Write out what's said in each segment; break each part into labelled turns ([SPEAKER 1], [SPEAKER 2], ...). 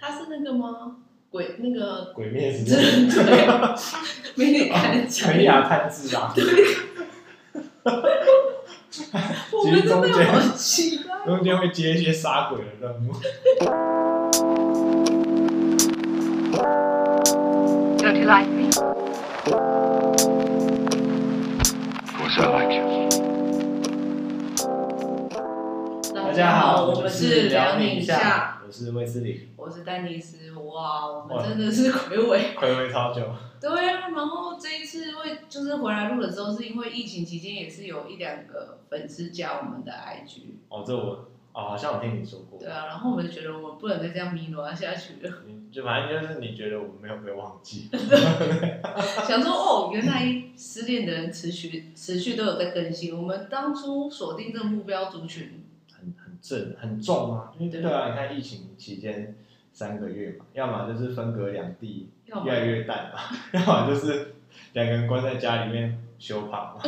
[SPEAKER 1] 他是那个吗？鬼那个
[SPEAKER 2] 鬼灭之刃
[SPEAKER 1] 真的没你敢讲，
[SPEAKER 2] 美雅探治 啊，
[SPEAKER 1] 我们真
[SPEAKER 2] 其实中
[SPEAKER 1] 的
[SPEAKER 2] 间
[SPEAKER 1] 好奇怪。
[SPEAKER 2] 中间会接一些杀鬼的任务。
[SPEAKER 3] Don't you like me?
[SPEAKER 4] Of course I like you.
[SPEAKER 1] 大家好，我们是辽
[SPEAKER 2] 辽
[SPEAKER 1] 宁夏，，
[SPEAKER 2] 我是卫斯理，
[SPEAKER 1] 我是丹尼斯。哇，我们真的是鬼尾。
[SPEAKER 2] 暌违超久，
[SPEAKER 1] 对啊，然后这一次会就是回来录的时候，是因为疫情期间也是有一两个粉丝加我们的 IG，
[SPEAKER 2] 哦，这我哦，好像我听你说过
[SPEAKER 1] 对，啊，然后我们就觉得我们不能再这样迷挪下去 了，
[SPEAKER 2] 你就反正就是你觉得我没有被忘记，
[SPEAKER 1] 想说哦，原来失恋的人持续持续都有在更新，我们当初锁定这个目标族群，
[SPEAKER 2] 很很正很重啊，因为
[SPEAKER 1] 对
[SPEAKER 2] 对啊，你看疫情期间三个月嘛，要么就是分隔两地，
[SPEAKER 1] 要
[SPEAKER 2] 越
[SPEAKER 1] 么
[SPEAKER 2] 来越淡嘛， 要么就是两个人关在家里面修旁嘛，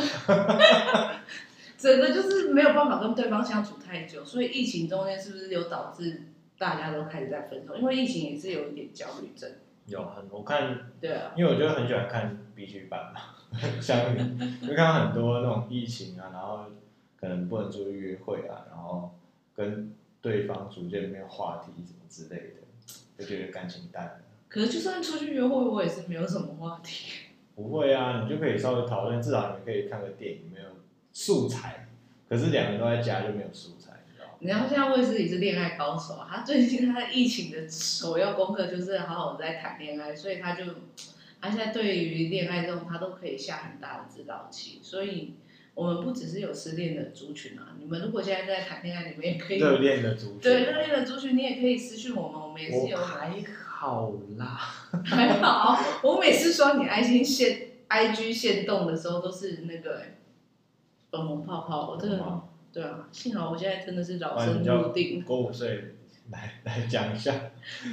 [SPEAKER 1] 整个就是没有办法跟对方相处太久，所以疫情中间是不是有导致大家都开始在分手？因为疫情也是有一点焦虑症，
[SPEAKER 2] 有很我看
[SPEAKER 1] 对啊，
[SPEAKER 2] 因为我就很喜欢看 B 剧版嘛，像你，就看到很多那种疫情啊，然后可能不能出去约会啊，然后跟对方逐渐没有话题什么之类的，就觉得感情淡了。
[SPEAKER 1] 可是就算出去约会，我也是没有什么话题。
[SPEAKER 2] 不会啊，你就可以稍微讨论，至少你们可以看个电影，没有素材。可是两个人都在家就没有素材，你知道吗？
[SPEAKER 1] 你知道现在卫斯理是恋爱高手啊，他最近他疫情的首要功课就是好好在谈恋爱，所以他就，嗯他现在对于恋爱这种他都可以下很大的指导期，所以我们不只是有失恋的族群啊，你们如果现在在谈恋爱，你们也可以，
[SPEAKER 2] 热恋的主角。
[SPEAKER 1] 对热恋的族群，你也可以私讯我们，我们也是有
[SPEAKER 2] 我还好啦，
[SPEAKER 1] 还 好，我每次刷你 IG 限 IG 限动的时候都是那个、欸粉红泡泡，
[SPEAKER 2] 哦
[SPEAKER 1] 我真的
[SPEAKER 2] 好
[SPEAKER 1] 对啊，幸好我现在真的是老
[SPEAKER 2] 不然
[SPEAKER 1] 生
[SPEAKER 2] 哎你叫
[SPEAKER 1] 入定，
[SPEAKER 2] 郭五岁来来讲一下。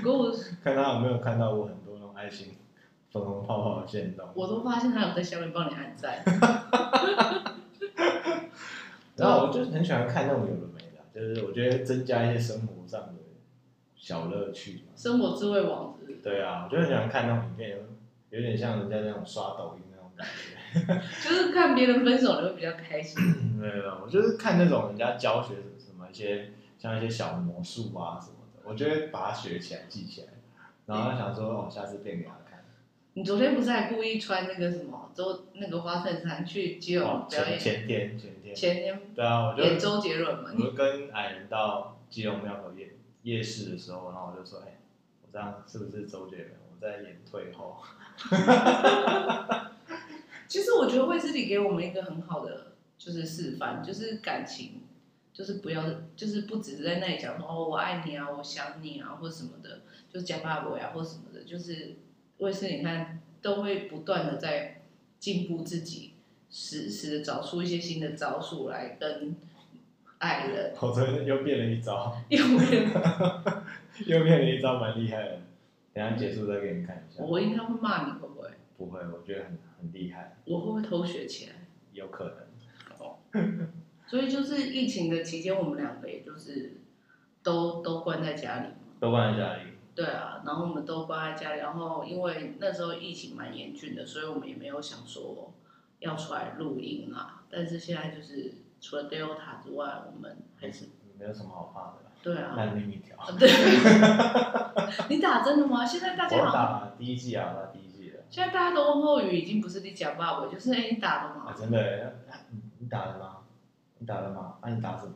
[SPEAKER 1] 可我
[SPEAKER 2] 看他有没有看到我很多那种爱心粉红泡泡的线动。
[SPEAKER 1] 我都发现他有在下面帮你按赞。
[SPEAKER 2] 然后我就很喜欢看那种有的没的，啊就是我觉得增加一些生活上的小乐趣嘛。
[SPEAKER 1] 生活智慧网是不是
[SPEAKER 2] 对啊，我就很喜欢看那种影片，有有点像人家那种刷抖音那种感觉。
[SPEAKER 1] 就是看别人分手你会比较开心。
[SPEAKER 2] 没有没有，我就是看那种人家教学什么一些像一些小魔术啊什么的，我就会把它学起来记起来，然后想说哦，下次变给他看。
[SPEAKER 1] 你昨天不是还故意穿那个什么周那个花衬衫去基
[SPEAKER 2] 哦
[SPEAKER 1] 隆，表
[SPEAKER 2] 前
[SPEAKER 1] 演？
[SPEAKER 2] 前天前天，
[SPEAKER 1] 前天
[SPEAKER 2] 对啊，我就
[SPEAKER 1] 演周杰伦嘛
[SPEAKER 2] 我，
[SPEAKER 1] 你
[SPEAKER 2] 就跟矮人到基隆庙口夜夜市的时候，然后我就说：“哎、我这样是不是周杰伦？我在演退后。
[SPEAKER 1] 其实我觉得卫斯理给我们一个很好的就是示范，就是感情，就是不要，就是不只是在那里讲说哦我爱你啊，我想你啊，或什么的，就是讲爸爸呀或什么的，就是卫斯理你看都会不断的在进步自己，时时的找出一些新的招数来跟爱人”
[SPEAKER 2] 我昨天又变了一招，
[SPEAKER 1] 有没有？
[SPEAKER 2] 又变了一招，蛮厉害的。等一下结束再给你看一下。
[SPEAKER 1] 我应该会骂你会不会？
[SPEAKER 2] 不会，我觉得很很厉害，
[SPEAKER 1] 我会不会偷学起来？
[SPEAKER 2] 有可能。
[SPEAKER 1] 哦 所以就是疫情的期间，我们两个也就是都都关在家里嘛。
[SPEAKER 2] 都关在家里，
[SPEAKER 1] 对啊，然后我们都关在家里，然后因为那时候疫情蛮严峻的，所以我们也没有想说要出来录音啊。但是现在就是除了 Delta 之外，我们还是
[SPEAKER 2] 没有什么好怕的，
[SPEAKER 1] 对啊，
[SPEAKER 2] 烂命一条。
[SPEAKER 1] 对。 你打真的吗？现在大
[SPEAKER 2] 我
[SPEAKER 1] 家好像，
[SPEAKER 2] 打第一季啊，我打第一季的。
[SPEAKER 1] 现在大家都问候语已经不是你讲爸爸，就是哎、你打了
[SPEAKER 2] 啊，
[SPEAKER 1] 吗？
[SPEAKER 2] 真的，你你打了吗？你打了吗？啊，你打什么？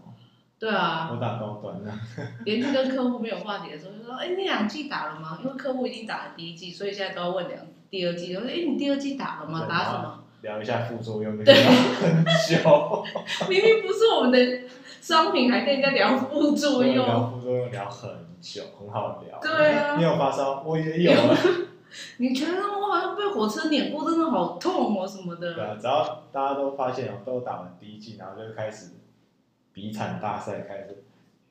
[SPEAKER 1] 对啊，
[SPEAKER 2] 我打高端的。
[SPEAKER 1] 连去跟客户没有话题的时候，就说：“哎、你两季打了吗？”因为客户已经打了第一季，所以现在都要问两第二季。我说：“哎、你第二季打了吗？
[SPEAKER 2] 对啊
[SPEAKER 1] 打什么
[SPEAKER 2] 聊一下副 作用，那个要很久。？”
[SPEAKER 1] 明明不是我们的商品，还跟人家聊副作用。
[SPEAKER 2] 聊副作用聊很久，很好聊。
[SPEAKER 1] 对啊
[SPEAKER 2] 你有发烧，我也有啊。
[SPEAKER 1] 你觉得我好像被火车碾过，真的好痛哦什么
[SPEAKER 2] 对
[SPEAKER 1] 的。
[SPEAKER 2] 啊，只要大家都发现哦，都打完第一剂，然后就开始比惨大赛开始。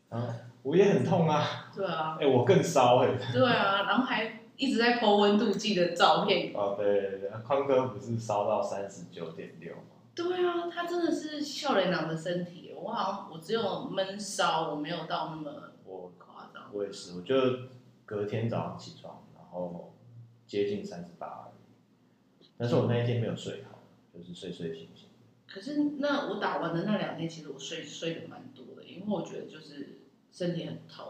[SPEAKER 2] 然后我也很痛啊，
[SPEAKER 1] 对啊，
[SPEAKER 2] 哎、我更烧哎、
[SPEAKER 1] 对啊，然后还一直在 po 温度计的照片。
[SPEAKER 2] 哦，对对对，康哥不是烧到三十九点六吗？
[SPEAKER 1] 对啊，他真的是笑脸狼的身体。我好像我只有闷烧，我没有到那么
[SPEAKER 2] 我
[SPEAKER 1] 夸张。
[SPEAKER 2] 我也是，我就隔天早上起床，然后接近三十八而已。但是我那一天没有睡好，就是睡睡醒醒。
[SPEAKER 1] 可是那我打完的那两天，其实我睡睡得蛮多的，因为我觉得就是身体很痛，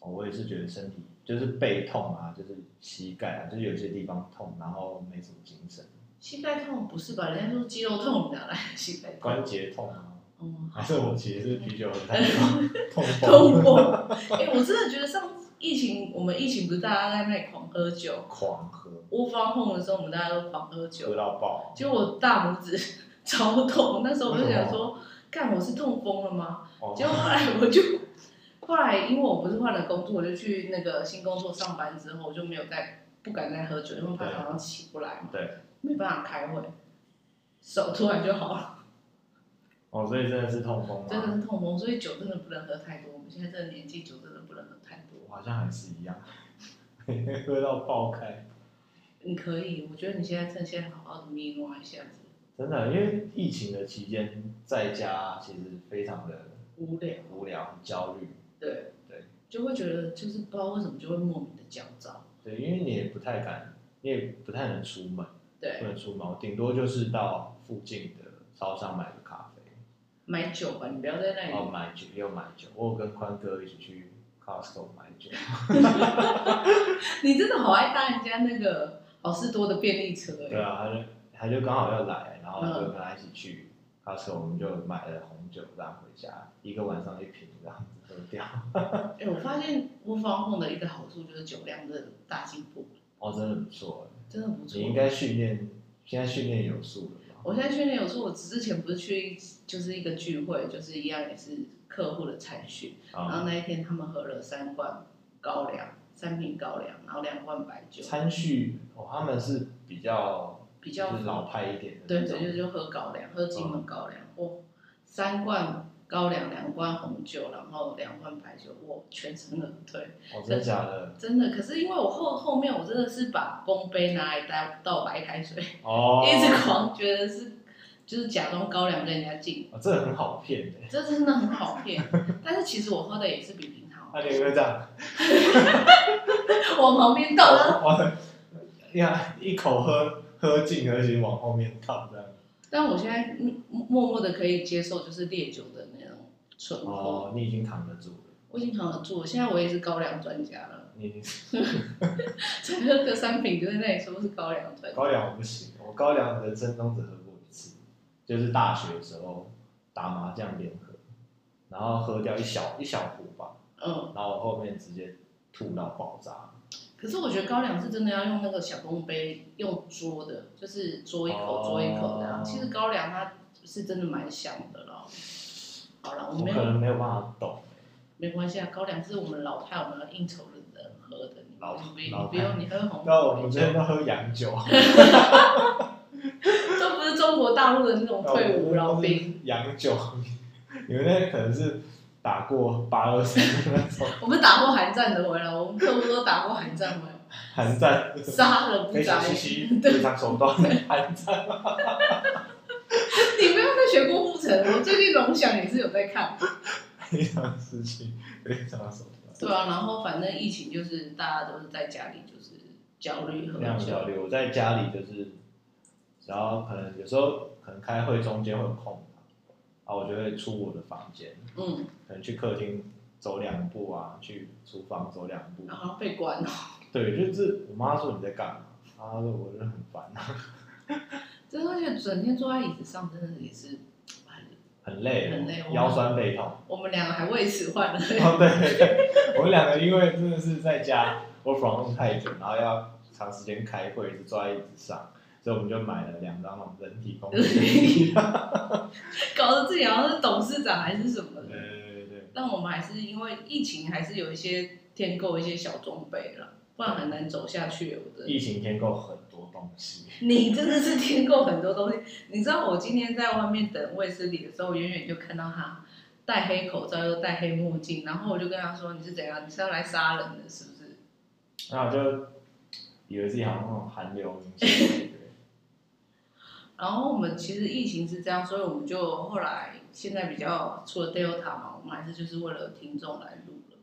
[SPEAKER 2] 哦我也是觉得身体就是背痛啊，就是膝盖啊，就是有些地方痛，然后没什么精神，
[SPEAKER 1] 膝盖痛不是吧？人家说肌肉痛，哪来的膝盖痛？
[SPEAKER 2] 关节痛啊。
[SPEAKER 1] 嗯，
[SPEAKER 2] 还是我其实是啤酒喝太多，痛
[SPEAKER 1] 痛
[SPEAKER 2] 风
[SPEAKER 1] 风。哎、我真的觉得上次疫情，我们疫情不是大家在那里狂喝酒，
[SPEAKER 2] 狂喝，
[SPEAKER 1] 我放空的时候，我们大家都狂喝酒
[SPEAKER 2] 喝，到爆。啊
[SPEAKER 1] 结果我大拇指 超痛，那时候我就想说，干我是痛风了吗？
[SPEAKER 2] 哦
[SPEAKER 1] 结果后来我就，后来因为我不是换了工作，我就去那个新工作上班之后，我就没有再不敢再喝酒，因为怕早上起不来嘛，
[SPEAKER 2] 对，
[SPEAKER 1] 没办法开会，手突然就好了，
[SPEAKER 2] 哦，所以真的是痛风啊吗？
[SPEAKER 1] 真的是痛风，所以酒真的不能喝太多。我们现在这个年纪，酒真的不能喝太多。
[SPEAKER 2] 我好像还是一样， 喝到爆开。
[SPEAKER 1] 你可以，我觉得你现在趁现在好好的眯一下子，
[SPEAKER 2] 真的，因为疫情的期间在家其实非常的
[SPEAKER 1] 无聊，
[SPEAKER 2] 无聊、很焦虑。
[SPEAKER 1] 对
[SPEAKER 2] 对，
[SPEAKER 1] 就会觉得就是不知道为什么就会莫名的焦躁，
[SPEAKER 2] 对，因为你也不太敢，你也不太能出门，
[SPEAKER 1] 对
[SPEAKER 2] 不。能出门，我顶多就是到附近的超商买个咖啡，
[SPEAKER 1] 买酒吧，你不要在那里。
[SPEAKER 2] 然后买酒又买酒。我有跟宽哥一起去 Costco 买酒。
[SPEAKER 1] 你真的好爱搭人家那个好事多的便利车哎、
[SPEAKER 2] 对啊，他就他就刚好要来，然后
[SPEAKER 1] 嗯
[SPEAKER 2] 就跟他一起去。他说我们就买了红酒，这样回家，一个晚上一瓶这样子喝掉。
[SPEAKER 1] 哎、我发现无防控的一个好处就是酒量真的大进步，
[SPEAKER 2] 哦，真的不错哎，
[SPEAKER 1] 真的不错。
[SPEAKER 2] 你应该训练，现在训练有素了吧？
[SPEAKER 1] 我现在训练有说，我之前不是去就是一个聚会，就是一样也是客户的产训，然后
[SPEAKER 2] 啊，
[SPEAKER 1] 那一天他们喝了三罐高粱，三瓶高粱，然后两罐白酒，
[SPEAKER 2] 餐序哦，他们是比较
[SPEAKER 1] 比较
[SPEAKER 2] 就是老派一点的
[SPEAKER 1] 对
[SPEAKER 2] 那
[SPEAKER 1] 对，就
[SPEAKER 2] 种，
[SPEAKER 1] 就喝高粱，喝金门高粱，哇、三罐高粱，两罐红酒，然后两罐白酒，哇，全身而退。
[SPEAKER 2] 哦，真的假的？
[SPEAKER 1] 真的，可是因为我后后面我真的是把公杯拿来倒倒白开水，
[SPEAKER 2] 哦，
[SPEAKER 1] 一直狂觉得是就是假装高粱跟人家敬，
[SPEAKER 2] 哦，这很好骗的。
[SPEAKER 1] 这真的很好骗。但是其实我喝的也是比平常好
[SPEAKER 2] 那，你有没有这样？
[SPEAKER 1] 往旁边倒，然后
[SPEAKER 2] 哦，呀，一口喝喝尽，而且往后面倒这样。
[SPEAKER 1] 但我现在嗯默默的可以接受就是烈酒的那种醇厚，
[SPEAKER 2] 哦，你已经扛得住了。
[SPEAKER 1] 我已经扛得住，现在我也是高粱专家了，
[SPEAKER 2] 你
[SPEAKER 1] 才喝个三瓶就在那里说是高粱专家，
[SPEAKER 2] 高粱我不行，我高粱人生中只喝过一次，就是大学的时候打麻将边喝，然后喝掉一小一小壶吧，
[SPEAKER 1] 嗯。
[SPEAKER 2] 然后我后面直接吐到爆炸。
[SPEAKER 1] 可是我觉得高粱是真的要用那个小公杯用嘬的，就是嘬一口
[SPEAKER 2] 哦
[SPEAKER 1] 嘬一口的。啊其实高粱它是真的蛮香的啦。好了，我
[SPEAKER 2] 我
[SPEAKER 1] 没
[SPEAKER 2] 可
[SPEAKER 1] 有
[SPEAKER 2] 能没有办法懂，
[SPEAKER 1] 没关系啊，高粱是我们老派我们要应酬的人喝的，你
[SPEAKER 2] 老
[SPEAKER 1] 不你
[SPEAKER 2] 老
[SPEAKER 1] 不用
[SPEAKER 2] 派
[SPEAKER 1] 你喝红
[SPEAKER 2] 那我们
[SPEAKER 1] 酒
[SPEAKER 2] 昨天都喝洋酒，
[SPEAKER 1] 这不是中国大陆的那种退伍老兵。，
[SPEAKER 2] 洋酒，你们那可能是打过八二三那种
[SPEAKER 1] 我们打过韩战的回来，我们客户都打过韩战回来，
[SPEAKER 2] 韩战，
[SPEAKER 1] 杀了不
[SPEAKER 2] 非常
[SPEAKER 1] 眨
[SPEAKER 2] 兮
[SPEAKER 1] 眼。
[SPEAKER 2] 兮，非常手段 的韩战。
[SPEAKER 1] 你不要再学郭富城，我最近龙翔也是有在看。
[SPEAKER 2] 非常事情，非常手
[SPEAKER 1] 对啊，然后反正疫情就是大家都是在家里就是焦虑喝
[SPEAKER 2] 那样交
[SPEAKER 1] 酒，
[SPEAKER 2] 流。我在家里就是，然后可能有时候可能开会中间会有空档，啊，我就会出我的房间，
[SPEAKER 1] 嗯，
[SPEAKER 2] 可能去客厅走两步啊，去厨房走两步。
[SPEAKER 1] 然后被关了，
[SPEAKER 2] 对，就是我妈说你在干嘛，她说我就很烦，啊
[SPEAKER 1] 真的觉得整天坐在椅子上，真的也是很，
[SPEAKER 2] 很累，
[SPEAKER 1] 很累我
[SPEAKER 2] 腰酸背痛。
[SPEAKER 1] 我们两个还为此换了，
[SPEAKER 2] 哦，对，对我们两个因为真的是在家 work from home 太久，然后要长时间开会，就坐在椅子上，所以我们就买了两张那种人体工学椅。
[SPEAKER 1] 搞得自己好像是董事长还是什么的。
[SPEAKER 2] 对对对对。
[SPEAKER 1] 但我们还是因为疫情，还是有一些添购一些小装备了，不然很难走下去。我真的，
[SPEAKER 2] 疫情添购很多东西，
[SPEAKER 1] 你真的是添购很多东西。你知道我今天在外面等卫斯理的时候，远远就看到他戴黑口罩又戴黑墨镜，然后我就跟他说：“你是怎样？你是要来杀人的，是不是？”
[SPEAKER 2] 然后我就以为自己好像那种韩流明星的感觉。
[SPEAKER 1] 然后我们其实疫情是这样，所以我们就后来现在比较除了 Delta 嘛，我们还是就是为了听众来录了。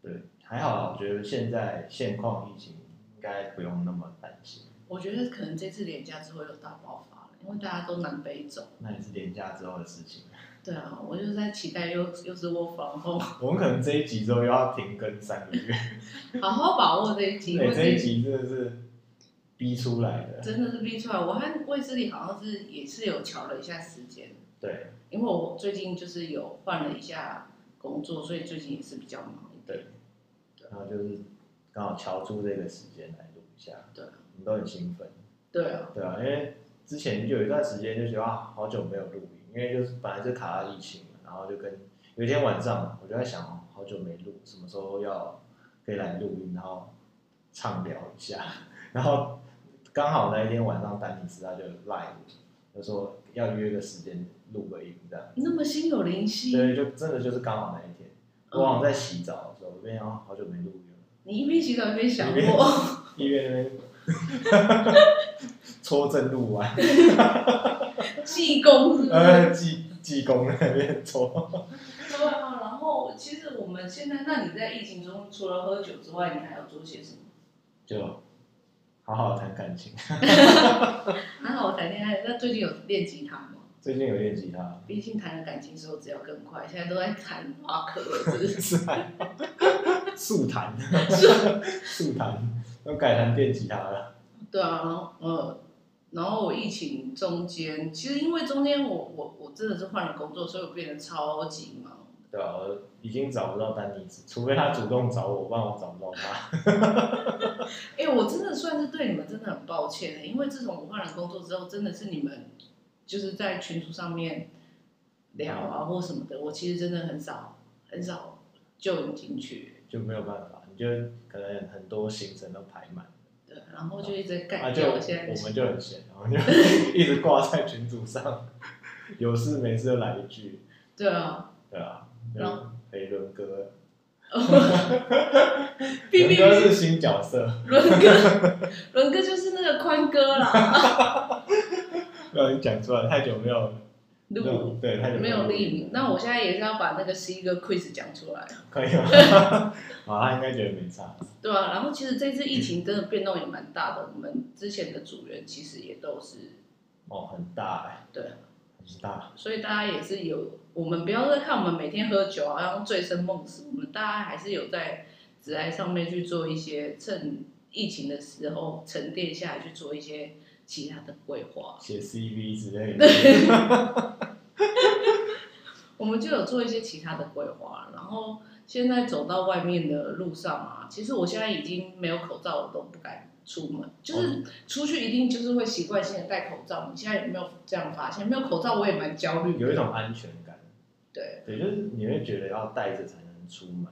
[SPEAKER 2] 对，还好啦，我觉得现在现况疫情应该不用那么担心。
[SPEAKER 1] 我觉得可能这次连假之后又大爆发了，因为大家都南北走。
[SPEAKER 2] 那也是年假之后的事情。
[SPEAKER 1] 对啊，我就是在期待又又是 work from home，
[SPEAKER 2] 我们可能这一集之后又要停更三个月。
[SPEAKER 1] 好好把握这一集。因
[SPEAKER 2] 对，
[SPEAKER 1] 为
[SPEAKER 2] 这一集真的是逼出来的。
[SPEAKER 1] 真的是逼出来。我和卫斯理好像是也是有瞧了一下时间，
[SPEAKER 2] 对
[SPEAKER 1] 因为我最近就是有换了一下工作，所以最近也是比较忙一点。
[SPEAKER 2] 对，然后就是刚好敲出这个时间来录一下。
[SPEAKER 1] 对啊，
[SPEAKER 2] 你都很兴奋。
[SPEAKER 1] 对啊，
[SPEAKER 2] 对啊，因为之前就有一段时间就觉得啊，好久没有录音，因为就是本来就卡在疫情嘛，然后就跟有一天晚上我就在想，哦好久没录，什么时候要可以来录音，然后畅聊一下， 然后刚好那一天晚上丹尼斯他就赖我，就说要约个时间录个音这样，
[SPEAKER 1] 那么心有灵犀，
[SPEAKER 2] 对，就真的就是刚好那一天，我好像在洗澡的时候，我边啊好久没录音了，
[SPEAKER 1] 你一边洗澡一边想
[SPEAKER 2] 一边
[SPEAKER 1] 我，
[SPEAKER 2] 一边那边 戳正录完。
[SPEAKER 1] 济公是不
[SPEAKER 2] 呃，
[SPEAKER 1] 是？
[SPEAKER 2] 济济公那边抽，
[SPEAKER 1] 对啊，然后其实我们现在，那你在疫情中除了喝酒之外，你还要做些什么？
[SPEAKER 2] 就好好谈感情。
[SPEAKER 1] 还好我谈恋爱，那最近有练吉他吗？
[SPEAKER 2] 最近有练吉他，
[SPEAKER 1] 毕竟谈了感情之后，只要更快，现在都在谈挖壳了，是不 是？
[SPEAKER 2] 是还好速弹，速弹，都改弹电吉他了。
[SPEAKER 1] 对啊，然后呃，然后我疫情中间，其实因为中间我我我真的是换了工作，所以我变得超级忙。
[SPEAKER 2] 对啊，我已经找不到丹尼斯，除非他主动找我，不然我找不到他。
[SPEAKER 1] 哎、我真的算是对你们真的很抱歉的，因为自从我换了工作之后，真的是你们就是在群组上面聊啊或什么的，我其实真的很少很少就进去，
[SPEAKER 2] 就没有办法，你就可能很多行程都排满，
[SPEAKER 1] 对，然后就一直
[SPEAKER 2] 啊，
[SPEAKER 1] 干
[SPEAKER 2] 就
[SPEAKER 1] 掉我现在的
[SPEAKER 2] 我
[SPEAKER 1] 行
[SPEAKER 2] 们就很闲，然后就 一直挂在群组上，有事没事就来一句，
[SPEAKER 1] 对啊，
[SPEAKER 2] 对啊，
[SPEAKER 1] 然后
[SPEAKER 2] 陪伦哥，
[SPEAKER 1] 哔
[SPEAKER 2] 伦
[SPEAKER 1] 哔
[SPEAKER 2] 哥
[SPEAKER 1] 哔
[SPEAKER 2] 是新角色。
[SPEAKER 1] 伦哥，伦哥就是那个宽哥 啦，
[SPEAKER 2] 不小心讲出来，太久没有
[SPEAKER 1] 录
[SPEAKER 2] 对，太久
[SPEAKER 1] 没
[SPEAKER 2] 有
[SPEAKER 1] 有
[SPEAKER 2] 录
[SPEAKER 1] 立名。那我现在也是要把那个十一个 quiz 讲出来，
[SPEAKER 2] 可以 吗？好，他应该觉得没差。
[SPEAKER 1] 对啊。然后其实这次疫情真的变动也蛮大的，我们之前的组员其实也都是
[SPEAKER 2] 哦，很大哎、
[SPEAKER 1] 对，
[SPEAKER 2] 很大。
[SPEAKER 1] 所以大家也是有，我们不要再看我们每天喝酒好像醉生梦死，我们大家还是有在职爱上面去做一些趁疫情的时候沉淀下来去做一些其他的规划。
[SPEAKER 2] 写 CV 之类的，
[SPEAKER 1] 我们就有做一些其他的规划，然后现在走到外面的路上啊，其实我现在已经没有口罩，我都不敢出门，就是出去一定就是会习惯性的戴口罩。你现在有没有这样发现？没有口罩我也蛮焦虑
[SPEAKER 2] 有一
[SPEAKER 1] 的。
[SPEAKER 2] 种安全感。
[SPEAKER 1] 对
[SPEAKER 2] 对，就是你会觉得要带着才能出门，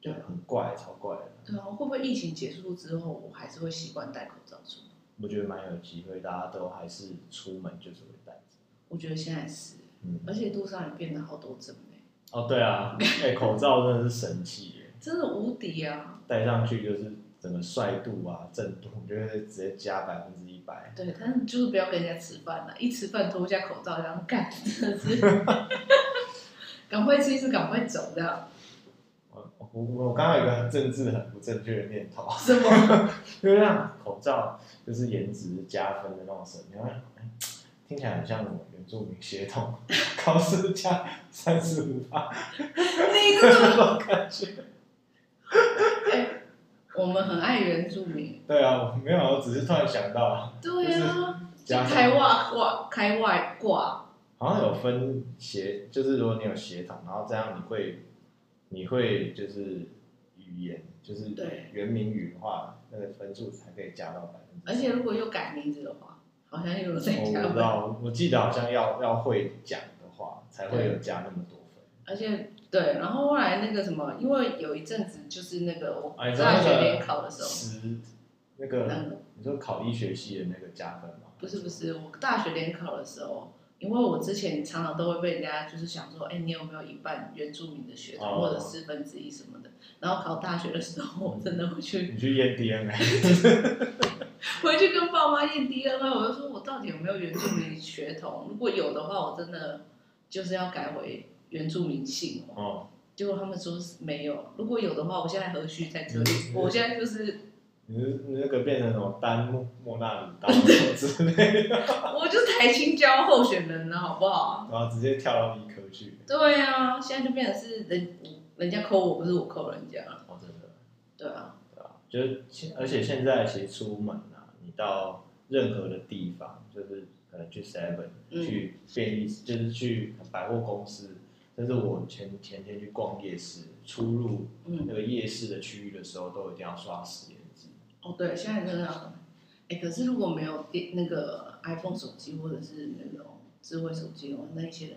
[SPEAKER 2] 就很怪，超怪的。
[SPEAKER 1] 对啊，会不会疫情结束之后，我还是会习惯戴口罩出门？
[SPEAKER 2] 我觉得蛮有机会，大家都还是出门就是会带着。
[SPEAKER 1] 我觉得现在是，
[SPEAKER 2] 嗯，
[SPEAKER 1] 而且路上也变得好多真美，
[SPEAKER 2] 哦，对啊，哎、口罩真的是神器耶，
[SPEAKER 1] 真的无敌啊！
[SPEAKER 2] 戴上去就是整个帅度啊、震度，你就会直接加百分之一百。
[SPEAKER 1] 对，但是就是不要跟人家吃饭了，一吃饭脱下口罩，然后干，真的 是，赶快吃一吃，赶快走这样。
[SPEAKER 2] 我我我我刚刚有一个很政治很不正确的念头，
[SPEAKER 1] 什么？
[SPEAKER 2] 就是让口罩就是颜值加分的那种神，你看，哎听起来很像什么原住民血统， 考试加三十五 趴
[SPEAKER 1] 你这
[SPEAKER 2] 那种感觉。
[SPEAKER 1] 哎我们很爱原住民，
[SPEAKER 2] 对啊，我没有，我只是突然想到，
[SPEAKER 1] 对啊，就
[SPEAKER 2] 加
[SPEAKER 1] 开外挂，开外挂，
[SPEAKER 2] 好像有分血，就是如果你有血统，然后这样你会，你会就是语言，就是
[SPEAKER 1] 对
[SPEAKER 2] 原名语的话，那个分数才可以加到百分之。
[SPEAKER 1] 而且如果又改名字的话，好像又有在
[SPEAKER 2] 哦
[SPEAKER 1] 加
[SPEAKER 2] 我不知
[SPEAKER 1] 分，
[SPEAKER 2] 道，我记得好像要要会讲的话，才会有加那么多分。
[SPEAKER 1] 而且对，然后后来那个什么，因为有一阵子就是那个我
[SPEAKER 2] 啊，你知道
[SPEAKER 1] 大
[SPEAKER 2] 那
[SPEAKER 1] 学
[SPEAKER 2] 个
[SPEAKER 1] 联考的时候，
[SPEAKER 2] 十
[SPEAKER 1] 那
[SPEAKER 2] 那个
[SPEAKER 1] 个
[SPEAKER 2] 你说考医学系的那个加分吗？
[SPEAKER 1] 不是不是，我大学联考的时候。因为我之前常常都会被人家就是想说，哎，你有没有一半原住民的血统，
[SPEAKER 2] 哦
[SPEAKER 1] 或者四分之一什么的？然后考大学的时候， 我真的会去
[SPEAKER 2] 你去验 DNA，
[SPEAKER 1] 回去跟爸妈验 DNA，我就说我到底有没有原住民血统？如果有的话，我真的就是要改回原住民姓哦。
[SPEAKER 2] 哦，
[SPEAKER 1] 结果他们说是没有，如果有的话，我现在何须在这里？
[SPEAKER 2] 嗯
[SPEAKER 1] 我现在就是，
[SPEAKER 2] 你是你那个变成什么丹莫莫纳鲁丹什么之类的，
[SPEAKER 1] 我就是台青交候选人了，好不好？
[SPEAKER 2] 然后直接跳到医科去，
[SPEAKER 1] 对啊，现在就变成是人人家扣我，不是我扣人家。
[SPEAKER 2] 哦，真的，
[SPEAKER 1] 对啊，
[SPEAKER 2] 对吧？就是现而且现在其实出门啊，你到任何的地方，就是可能去 Seven，、
[SPEAKER 1] 嗯
[SPEAKER 2] 去便利，就是去百货公司，甚至我前前天去逛夜市，出入
[SPEAKER 1] 嗯
[SPEAKER 2] 那，个夜市的区域的时候，都一定要刷实验机。
[SPEAKER 1] 哦对，现在真的要，哎，可是如果没有电那个 iPhone 手机或者是那种智慧手机的话，那一些人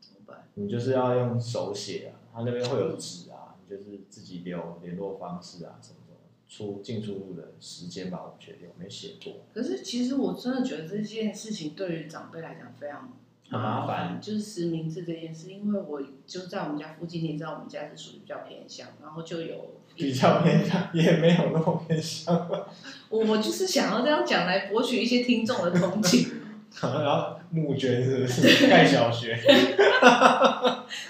[SPEAKER 1] 怎么办？
[SPEAKER 2] 你就是要用手写啊，他那边会有纸啊，你就是自己留联络方式啊，什么什么出进出入的时间吧，我不确定，我没写过，
[SPEAKER 1] 可是其实我真的觉得这件事情对于长辈来讲非常
[SPEAKER 2] 很麻烦。
[SPEAKER 1] 就是实名制这件事，因为我就在我们家附近，你知道我们家是属于比较偏向，然后就有
[SPEAKER 2] 比较偏向，也没有那么偏向，
[SPEAKER 1] 我我就是想要这样讲来博取一些听众的同情。
[SPEAKER 2] 然后募捐是不是盖小学？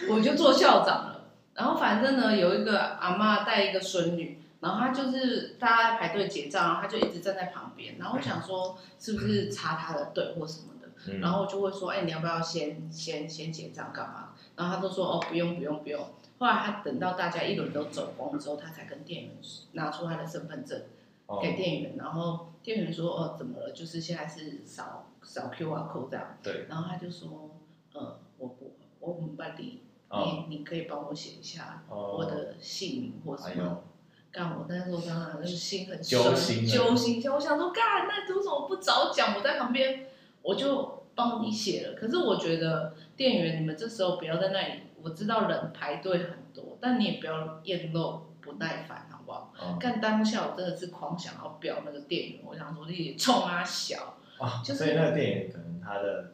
[SPEAKER 1] 我就做校长了。然后反正呢，有一个阿嬷带一个孙女，然后她就是大家排队结账，然后她就一直站在旁边。然后我想说，是不是插她的队或什么的？
[SPEAKER 2] 嗯
[SPEAKER 1] 然后我就会说，哎、你要不要先先先结账干嘛？然后她都说，哦，不用不用不用。后来她等到大家一轮都走光之后，她才跟店员拿出她的身份证
[SPEAKER 2] 哦
[SPEAKER 1] 给店员，然后店员说，哦，怎么了？就是现在是扫扫 QR code 这样。
[SPEAKER 2] 对，
[SPEAKER 1] 然后他就说，呃，我不，我我们班里，
[SPEAKER 2] 哦
[SPEAKER 1] 你你可以帮我写一下
[SPEAKER 2] 哦
[SPEAKER 1] 我的姓名或什
[SPEAKER 2] 哎
[SPEAKER 1] 么
[SPEAKER 2] 呦。，
[SPEAKER 1] 干我，但是我当然就是心很
[SPEAKER 2] 揪心
[SPEAKER 1] 酸，
[SPEAKER 2] 啊了
[SPEAKER 1] 揪心一下。我想说，干，那你为什么不早讲？我在旁边，我就帮你写了。可是我觉得店员，你们这时候不要在那里。我知道人排队很多，但你也不要厌漏不耐烦，好不好？
[SPEAKER 2] 哦
[SPEAKER 1] 干当下我真的是狂想要表那个店员，我想说你冲啊小，
[SPEAKER 2] 啊，
[SPEAKER 1] 就是
[SPEAKER 2] 所以那个电影可能他的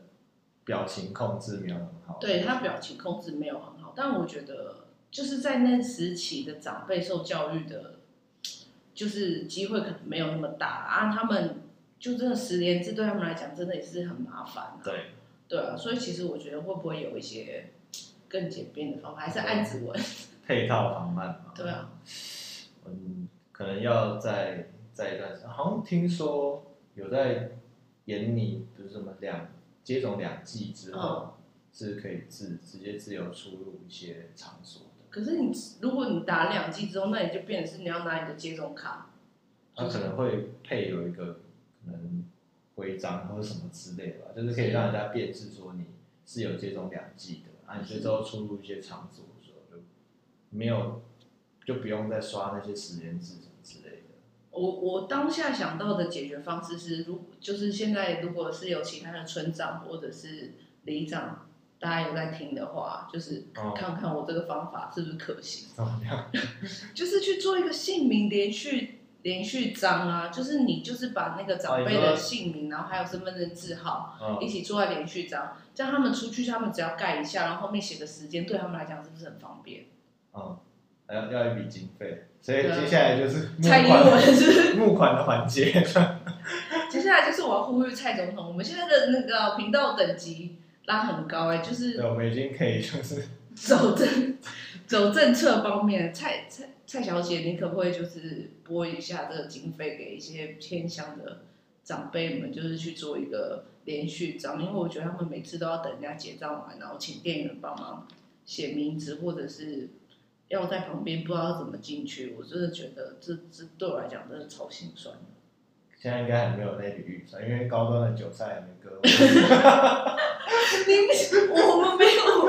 [SPEAKER 2] 表情控制没有很好，
[SPEAKER 1] 对他表情控制没有很好，但我觉得就是在那时期的长辈受教育的，就是机会可能没有那么大啊。他们就真的十连制对他们来讲，真的也是很麻烦、啊。
[SPEAKER 2] 对，
[SPEAKER 1] 对啊，所以其实我觉得会不会有一些更简便的方法，还是按指纹？
[SPEAKER 2] 配套方案嘛，
[SPEAKER 1] 对啊，
[SPEAKER 2] 嗯，可能要在在一段时间，好像听说有在研拟，不是什么两接种两剂之后、是可以自直接自由出入一些场所的，
[SPEAKER 1] 可是你如果你打两剂之后，那你就变成是你要拿你的接种卡。
[SPEAKER 2] 它可能会配有一个可能徽章或者什么之类吧，就是可以让人家辨识说你是有接种两剂的，啊，你这周出入一些场所的时候就没有就不用再刷那些实验制什么之类的。
[SPEAKER 1] 我我当下想到的解决方式是，如就是现在如果是有其他的村长或者是里长，大家有在听的话，就是
[SPEAKER 2] 哦
[SPEAKER 1] 看看我这个方法是不是可行，
[SPEAKER 2] 怎么哦样？
[SPEAKER 1] 就是去做一个姓名连续连续章啊，就是你就是把那个长辈
[SPEAKER 2] 哦你
[SPEAKER 1] 的
[SPEAKER 2] 说
[SPEAKER 1] 姓名，然后还有身份证字号一
[SPEAKER 2] 嗯，
[SPEAKER 1] 起做在连续章，这样他们出去，他们只要盖一下，然后后面写个时间，对他们来讲是不是很方便？
[SPEAKER 2] 嗯，还要要一笔经费，所以
[SPEAKER 1] 对啊
[SPEAKER 2] 接下来就是募
[SPEAKER 1] 蔡英文
[SPEAKER 2] 款
[SPEAKER 1] 是不是？
[SPEAKER 2] 募款的环节。
[SPEAKER 1] 接下来就是我要呼吁蔡总统，我们现在的那个频道等级拉很高哎、就
[SPEAKER 2] 对，啊
[SPEAKER 1] 是
[SPEAKER 2] 我们已经可以就是
[SPEAKER 1] 走政走政策方面，蔡蔡蔡小姐，你可不可以就是拨一下这个经费给一些偏乡的长辈们，就是去做一个连续章，因为我觉得他们每次都要等人家结账完，然后请店员帮忙写名字，或者是要在旁边不知道怎么进去，我真的觉得这这对我来讲真的超心酸。
[SPEAKER 2] 现在应该还没有那笔预算，因为高端的韭菜还没割完。
[SPEAKER 1] 你们我们没有，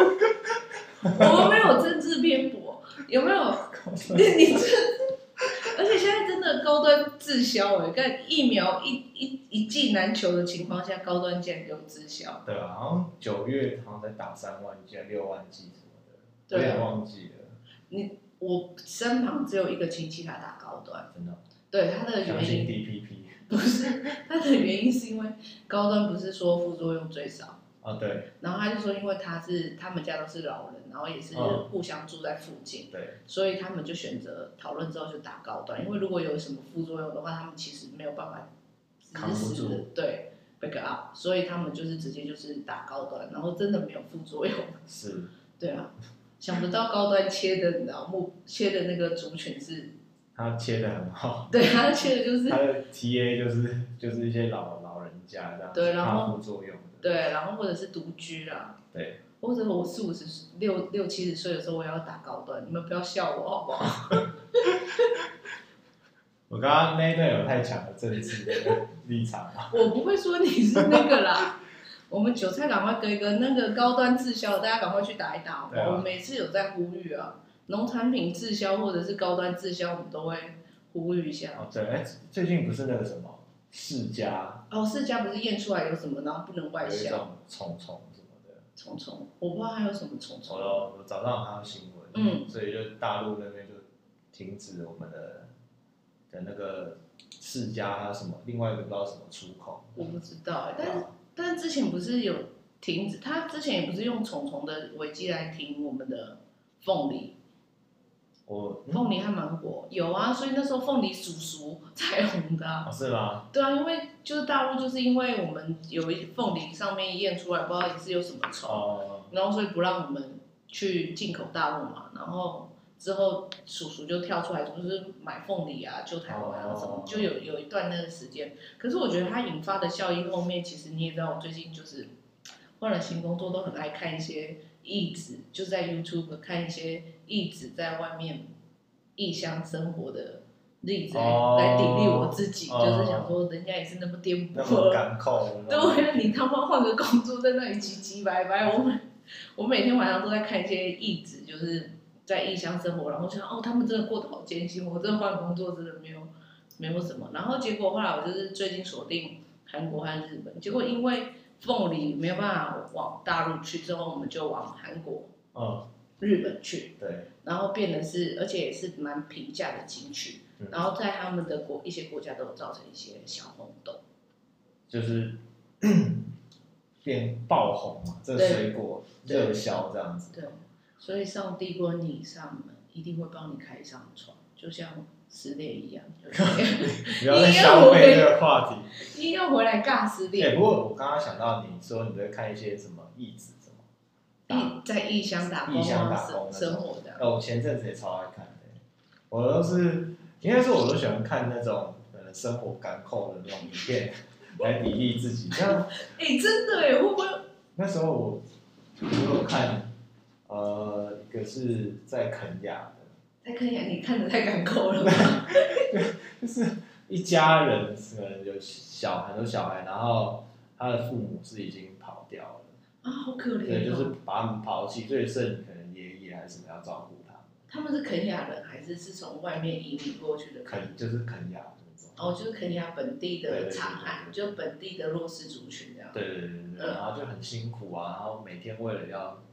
[SPEAKER 1] 我们没有政治偏颇，有没有？ 你你这，而且现在真的高端滞销哎，看疫苗一一一剂难求的情况下，高端竟然有滞销，
[SPEAKER 2] 对啊，好像九月好像才打三万剂、六万剂什么的，
[SPEAKER 1] 对啊
[SPEAKER 2] 有点忘记了，
[SPEAKER 1] 我身旁只有一个亲戚他打高端，
[SPEAKER 2] 真的。
[SPEAKER 1] 对他的
[SPEAKER 2] 相
[SPEAKER 1] 原
[SPEAKER 2] 信
[SPEAKER 1] 因
[SPEAKER 2] DPP
[SPEAKER 1] 不是他的原因是因为高端不是说副作用最少。
[SPEAKER 2] 啊，对
[SPEAKER 1] 然后他就说，因为他是他们家都是老人，然后也是
[SPEAKER 2] 嗯
[SPEAKER 1] 互相住在附近，
[SPEAKER 2] 对，
[SPEAKER 1] 所以他们就选择讨论之后就打高端，因为如果有什么副作用的话，他们其实没有办法
[SPEAKER 2] 扛
[SPEAKER 1] 直
[SPEAKER 2] 不
[SPEAKER 1] 死
[SPEAKER 2] 住
[SPEAKER 1] 的对 back up，所以他们就是直接就是打高端，然后真的没有副作用，
[SPEAKER 2] 是
[SPEAKER 1] 对啊，想不到高端切的，你知道目切的那个族群是，
[SPEAKER 2] 他切的很好，
[SPEAKER 1] 对他切的就是
[SPEAKER 2] 他的 TA 就是就是一些老老人家这样子，
[SPEAKER 1] 对然后
[SPEAKER 2] 怕副作用的，
[SPEAKER 1] 对，然后或者是独居啦，
[SPEAKER 2] 对，
[SPEAKER 1] 或者我四五十岁六六七十岁的时候，我也要打高端，你们不要笑我哦好不好？
[SPEAKER 2] 我刚刚那一段有太强的政治的立场啊吗？
[SPEAKER 1] 我不会说你是那个啦。 我们韭菜赶快割一割，那个高端滞销，大家赶快去打一打好不
[SPEAKER 2] 对
[SPEAKER 1] 好？
[SPEAKER 2] 啊
[SPEAKER 1] 我每次有在呼吁啊，农产品滞销或者是高端滞销，我们都会呼吁一下。
[SPEAKER 2] 哦，对，哎，最近不是那个什么世家
[SPEAKER 1] 哦，世家不是验出来有什么，然后不能外
[SPEAKER 2] 有一
[SPEAKER 1] 销，
[SPEAKER 2] 种虫虫什么的，
[SPEAKER 1] 虫虫，我不知道还有什么虫虫
[SPEAKER 2] 我。都我早上有看到新闻，
[SPEAKER 1] 嗯，
[SPEAKER 2] 所以就大陆那边就停止我们的的那个世家还有什么另外一个不知道什么出口，
[SPEAKER 1] 我不知道欸，
[SPEAKER 2] 对
[SPEAKER 1] 但是
[SPEAKER 2] 啊
[SPEAKER 1] 但之前不是有停止，他之前也不是用虫虫的危机来停我们的凤梨，
[SPEAKER 2] 我嗯
[SPEAKER 1] 凤梨还蛮火，有啊，所以那时候凤梨叔叔才红的啊、
[SPEAKER 2] 哦是吗？
[SPEAKER 1] 对啊，因为就是大陆就是因为我们有一凤梨上面验出来不知道是有什么虫，
[SPEAKER 2] 哦，
[SPEAKER 1] 然后所以不让我们去进口大陆嘛，然后之后叔叔就跳出来，就是买凤梨啊，救台湾啊什么
[SPEAKER 2] 哦，
[SPEAKER 1] 就有有一段那个时间。可是我觉得它引发的效应后面，其实你也知道，我最近就是换了新工作，都很爱看一些义子，就在 YouTube 看一些义子在外面异乡生活的。例子来
[SPEAKER 2] 哦
[SPEAKER 1] 来砥砺我自己，
[SPEAKER 2] 哦
[SPEAKER 1] 就是想说人家也是那么颠簸，
[SPEAKER 2] 那么干扣，然后
[SPEAKER 1] 对呀，你他妈换个工作在那里唧唧歪歪，我每我每天晚上都在看一些义子，就是在异乡生活，然后想哦，他们真的过得好艰辛，我这换工作真的没有没有什么。然后结果后来我就是最近锁定韩国和日本，结果因为凤梨没有办法往大陆去，之后我们就往韩国、
[SPEAKER 2] 嗯，
[SPEAKER 1] 日本去，
[SPEAKER 2] 对，
[SPEAKER 1] 然后变得是，而且也是蛮平价的进去，
[SPEAKER 2] 嗯
[SPEAKER 1] 然后在他们的国一些国家都有造成一些小轰动。
[SPEAKER 2] 就是嗯变爆红嘛，这
[SPEAKER 1] 对
[SPEAKER 2] 水果
[SPEAKER 1] 对
[SPEAKER 2] 热销这样子。
[SPEAKER 1] 对，所以上帝关你上门，一定会帮你开一扇窗，就像撕裂一样。 就是
[SPEAKER 2] 不要再消费这个话题。
[SPEAKER 1] 一定要回来尬撕
[SPEAKER 2] 对、
[SPEAKER 1] 裂，
[SPEAKER 2] 不过我刚刚想到你说你在看一些什么义子什么，
[SPEAKER 1] 异在异乡打工
[SPEAKER 2] 异
[SPEAKER 1] 啊，
[SPEAKER 2] 乡打
[SPEAKER 1] 生
[SPEAKER 2] 工那种
[SPEAKER 1] 生活的。
[SPEAKER 2] 呃，我前阵子也超爱看的、我都是应该说我都喜欢看那种呃生活感扣的那种影片来砥砺自己。像
[SPEAKER 1] 哎、真的哎，会不会？
[SPEAKER 2] 那时候我我有看呃一个是在肯亚的，
[SPEAKER 1] 再看一下，你看的太干够 了吧？
[SPEAKER 2] 就是一家人可能有小很多小孩，然后他的父母是已经跑掉了。
[SPEAKER 1] 啊，好可怜、哦。
[SPEAKER 2] 对，就是把他们抛弃，所以剩可能爷爷还是什么要照顾他们，
[SPEAKER 1] 他们是肯亚人，还是是从外面移民过去的？
[SPEAKER 2] 肯就是肯亚那种。
[SPEAKER 1] 哦，就是肯亚本地
[SPEAKER 2] 对
[SPEAKER 1] 的
[SPEAKER 2] 对对
[SPEAKER 1] 惨案，
[SPEAKER 2] 对
[SPEAKER 1] 就本地的弱势族群这样。
[SPEAKER 2] 对对对对对，
[SPEAKER 1] 嗯
[SPEAKER 2] 然后就很辛苦啊，然后每天为了要，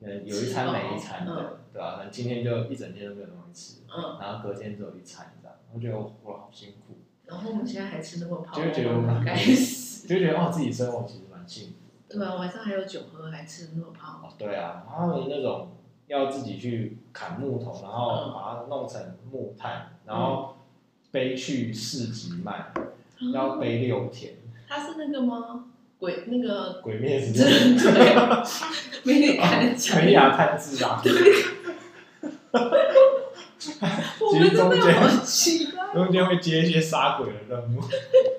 [SPEAKER 2] 呃，有一餐没一餐
[SPEAKER 1] 吃
[SPEAKER 2] 的，对吧、啊？可能今天就一整天都没有东西吃，
[SPEAKER 1] 嗯，
[SPEAKER 2] 然后隔天只有一餐这样，我觉得哇好辛苦，
[SPEAKER 1] 然后我们现在还吃那么泡
[SPEAKER 2] 就觉得
[SPEAKER 1] 我们该死。
[SPEAKER 2] 就觉得哦自己生活其实蛮幸福的。
[SPEAKER 1] 对啊，晚上还有酒喝，还吃那么泡。
[SPEAKER 2] 哦，对啊，他们那种要自己去砍木头，然后
[SPEAKER 1] 嗯
[SPEAKER 2] 把它弄成木炭，然后背去市集卖，
[SPEAKER 1] 哦
[SPEAKER 2] 要背六天。
[SPEAKER 1] 他是那个吗？鬼那个
[SPEAKER 2] 鬼灭之
[SPEAKER 1] 真
[SPEAKER 2] 刃，
[SPEAKER 1] 对，没你敢讲。
[SPEAKER 2] 肯亚探治啊，
[SPEAKER 1] 我们真的好啊期待，
[SPEAKER 2] 中间会接一些杀鬼的任务，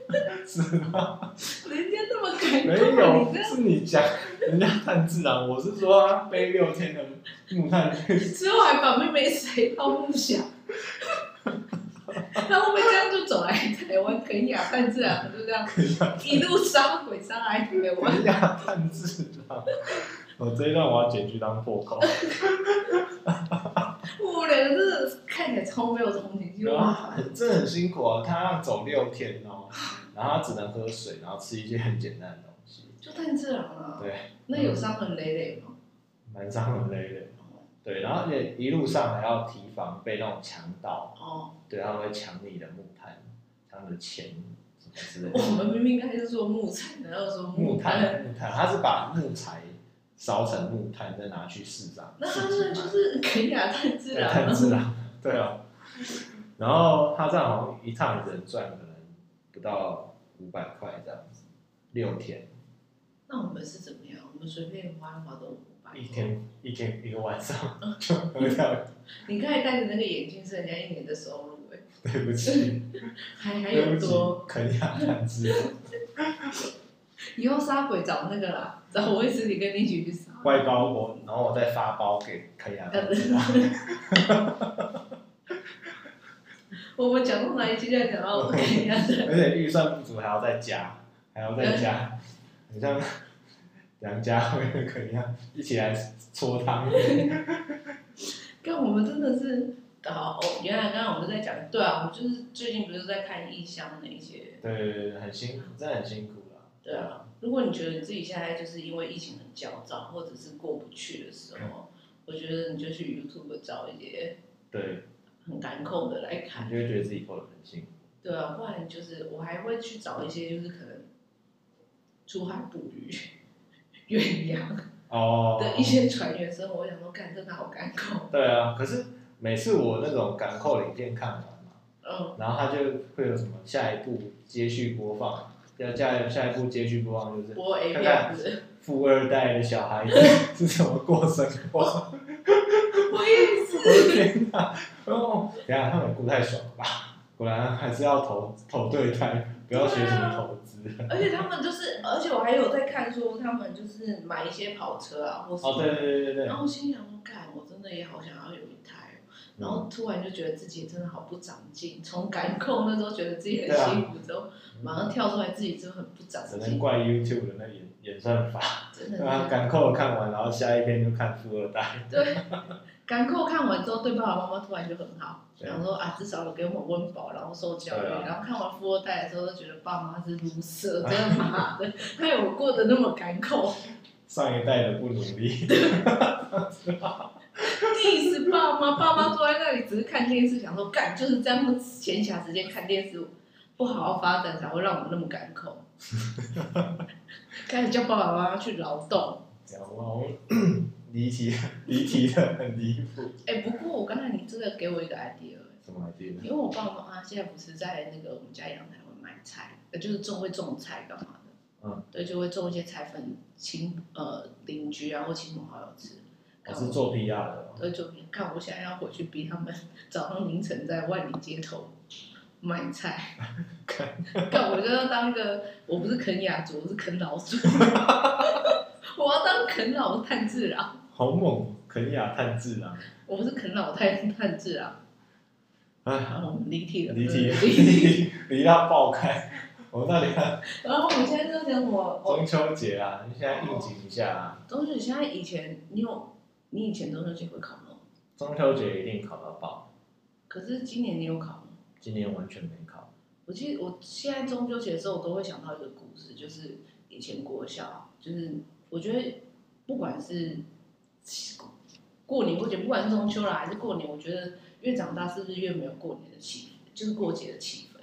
[SPEAKER 2] 是吗？
[SPEAKER 1] 人家那么感
[SPEAKER 2] 没
[SPEAKER 1] 动，啊
[SPEAKER 2] 有
[SPEAKER 1] 你，
[SPEAKER 2] 是你讲人家探治啊，我是说他背六天的木炭 去，
[SPEAKER 1] 这之后还把妹妹谁到梦想？他会不会这样就走来台湾肯亚但自然就这样一路杀鬼杀来台湾？
[SPEAKER 2] 肯亚探治啊。我这一段我要剪去当破 口，
[SPEAKER 1] 我两个真的是看起来超没有同情心，
[SPEAKER 2] 然
[SPEAKER 1] 哇
[SPEAKER 2] 后！这很辛苦啊，他要走六天哦，然后他只能喝水，然后吃一些很简单的东西，
[SPEAKER 1] 就炭治郎啊，
[SPEAKER 2] 对，
[SPEAKER 1] 那有伤痕累累吗？
[SPEAKER 2] 蛮伤人类的。对，然后也一路上还要提防被那种强盗，
[SPEAKER 1] 哦，
[SPEAKER 2] 对，他们会抢你的木炭、抢你的钱什么之类
[SPEAKER 1] 我
[SPEAKER 2] 的。
[SPEAKER 1] 们明明应该是说木材，然后说
[SPEAKER 2] 木
[SPEAKER 1] 炭？
[SPEAKER 2] 炭，木炭，他是把木材烧成木炭，再拿去市场。
[SPEAKER 1] 那他这
[SPEAKER 2] 市集
[SPEAKER 1] 就
[SPEAKER 2] 卖
[SPEAKER 1] 是 肯亚太自
[SPEAKER 2] 对
[SPEAKER 1] 然嗯
[SPEAKER 2] 炭
[SPEAKER 1] 了。
[SPEAKER 2] 治郎，对啊。然后他这样好像一趟人赚可能不到五百块这样子，六天。
[SPEAKER 1] 那我们是怎么样？我们随便花一花都五百
[SPEAKER 2] 一天一天一个晚上就喝掉，
[SPEAKER 1] 你刚才戴的那个眼镜是人家一年的收入哎、
[SPEAKER 2] 对不起，
[SPEAKER 1] 还还
[SPEAKER 2] 对
[SPEAKER 1] 有
[SPEAKER 2] 不起
[SPEAKER 1] 多，，
[SPEAKER 2] 肯亚蛋汁，
[SPEAKER 1] 以后杀鬼找那个啦，找我卫斯理跟你一起去杀。
[SPEAKER 2] 外包我，然后我再发包给肯亚蛋汁啊，
[SPEAKER 1] 嗯我们讲到哪一期在讲到 OK 啊？
[SPEAKER 2] 而且预算不足还要再加，还要再加，很像 梁家辉跟肯亚一起来搓汤 面。
[SPEAKER 1] 跟我们真的是好，哦原来刚刚我们在讲，对啊，我们就是最近不是在看异乡那一些。
[SPEAKER 2] 对对对，很辛苦，真的很辛苦啦。
[SPEAKER 1] 对啊，如果你觉得自己现在就是因为疫情很焦躁，或者是过不去的时候，我觉得你就去 YouTube 找一些
[SPEAKER 2] 对，
[SPEAKER 1] 很感扣的来看
[SPEAKER 2] 你。就会觉得自己过得很辛苦。
[SPEAKER 1] 对啊，不然就是我还会去找一些就是可能出海捕鱼、远洋
[SPEAKER 2] 哦，
[SPEAKER 1] 的一些船员生活。我想说，干真的好干口，
[SPEAKER 2] 对啊，可是每次我那种港口影片看完嘛，
[SPEAKER 1] 嗯，
[SPEAKER 2] 然后它就会有什么下一步接续播放，要下下一步接续播放就是
[SPEAKER 1] 播 A
[SPEAKER 2] 看
[SPEAKER 1] 片
[SPEAKER 2] 看
[SPEAKER 1] 子，
[SPEAKER 2] 富二代的小孩子 是怎么过生活。
[SPEAKER 1] 我也是。
[SPEAKER 2] 我的天哪、哦，等一下他们也顾太爽了吧？果然还是要投投对胎，不要学什么投资。
[SPEAKER 1] 而且他们就是，而且我还有在看说他们就是买一些跑车啊，或是
[SPEAKER 2] 哦，对对对对对
[SPEAKER 1] 然，后心想说，干，我真的也好想要有一台哦。
[SPEAKER 2] 嗯
[SPEAKER 1] 然后突然就觉得自己真的好不长进，从感控那时候觉得自己很
[SPEAKER 2] 对啊
[SPEAKER 1] 幸福，之后马上跳出来自己真的很不长
[SPEAKER 2] 只能
[SPEAKER 1] 进，
[SPEAKER 2] 怪 YouTube 的那演演算法。
[SPEAKER 1] 真的是
[SPEAKER 2] 啊，港口看完，然后下一篇就看富二代。
[SPEAKER 1] 对，港扣看完之后，对爸爸妈妈突然就很好，
[SPEAKER 2] 对
[SPEAKER 1] 然后说啊，至少有给我温饱，然后受教育，
[SPEAKER 2] 对啊
[SPEAKER 1] 然后看完富二代的时候，就觉得爸妈是 loser，真的妈 的，害我过得那么港口
[SPEAKER 2] 上一代的不努力，
[SPEAKER 1] ，diss 爸妈，爸妈坐在那里只是看电视，想说干就是这样闲暇时间看电视，不好好发展才会让我那么港 口，开始叫爸爸妈妈去劳动。
[SPEAKER 2] 讲我离题， 离题的很离谱。
[SPEAKER 1] 哎、不过我刚才你真的给我一个 idea，欸
[SPEAKER 2] 什么 idea？
[SPEAKER 1] 因为我爸妈现在不是在那个我们家阳台会买菜，呃，就是种会种菜干嘛的，
[SPEAKER 2] 嗯，
[SPEAKER 1] 对，就会种一些菜粉，亲呃邻居啊或亲朋好友吃。
[SPEAKER 2] 我
[SPEAKER 1] 干
[SPEAKER 2] 是做 PR 的哦，
[SPEAKER 1] 对，就看我现在要回去逼他们早上凌晨在万里街头买 菜，干我就要当一个，我不是啃雅族，我是啃老 族，我要当啃老炭治郎，
[SPEAKER 2] 好猛！肯亚探治啊，
[SPEAKER 1] 我不是啃老炭炭治郎，
[SPEAKER 2] 哎，
[SPEAKER 1] 然后我们离题了，
[SPEAKER 2] 嗯离
[SPEAKER 1] 对
[SPEAKER 2] 题，
[SPEAKER 1] 离题
[SPEAKER 2] 离题， 离到爆开。我到底看
[SPEAKER 1] 然后我们现在就讲我，我
[SPEAKER 2] 中秋节啊，你现在应景一下啊，
[SPEAKER 1] 中秋节现在以前你有，你以前中秋节会烤吗？
[SPEAKER 2] 中秋节一定考到爆。
[SPEAKER 1] 可是今年你有烤吗？
[SPEAKER 2] 今年完全没考，
[SPEAKER 1] 我记得我现在中秋节的时候，我都会想到一个故事，就是以前国小，就是我觉得不管是过年过节，不管是中秋啦还是过年，我觉得越长大是不是越没有过年的气氛，就是过节的气氛。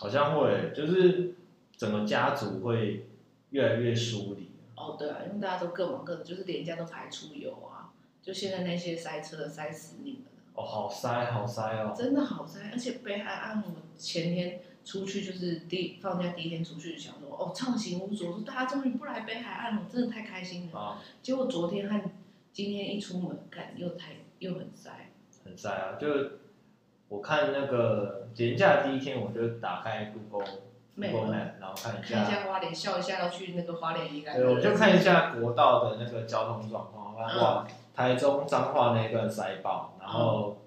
[SPEAKER 2] 好像会，就是整个家族会越来越疏离。
[SPEAKER 1] 哦，对啊，因为大家都各忙各的，就是连假都排出游啊，就现在那些塞车的塞死你们了。
[SPEAKER 2] 哦，好塞，好塞哦。
[SPEAKER 1] 真的好塞，而且北海岸我前天出去就是第一放假第一天出去，想说哦畅行无阻，我说大家终于不来北海岸了，真的太开心了。
[SPEAKER 2] 啊，
[SPEAKER 1] 结果昨天和今天一出门，感又太又很塞，
[SPEAKER 2] 很晒啊！就我看那个廉假第一天，我就打开 Google
[SPEAKER 1] Map
[SPEAKER 2] Google Map，然后看一
[SPEAKER 1] 看一
[SPEAKER 2] 下，
[SPEAKER 1] 下花莲，笑一下要去那个花莲宜兰的
[SPEAKER 2] 对，
[SPEAKER 1] 人，
[SPEAKER 2] 我就看一下国道的那个交通状况，发现哇，台中彰化那一段塞爆，然后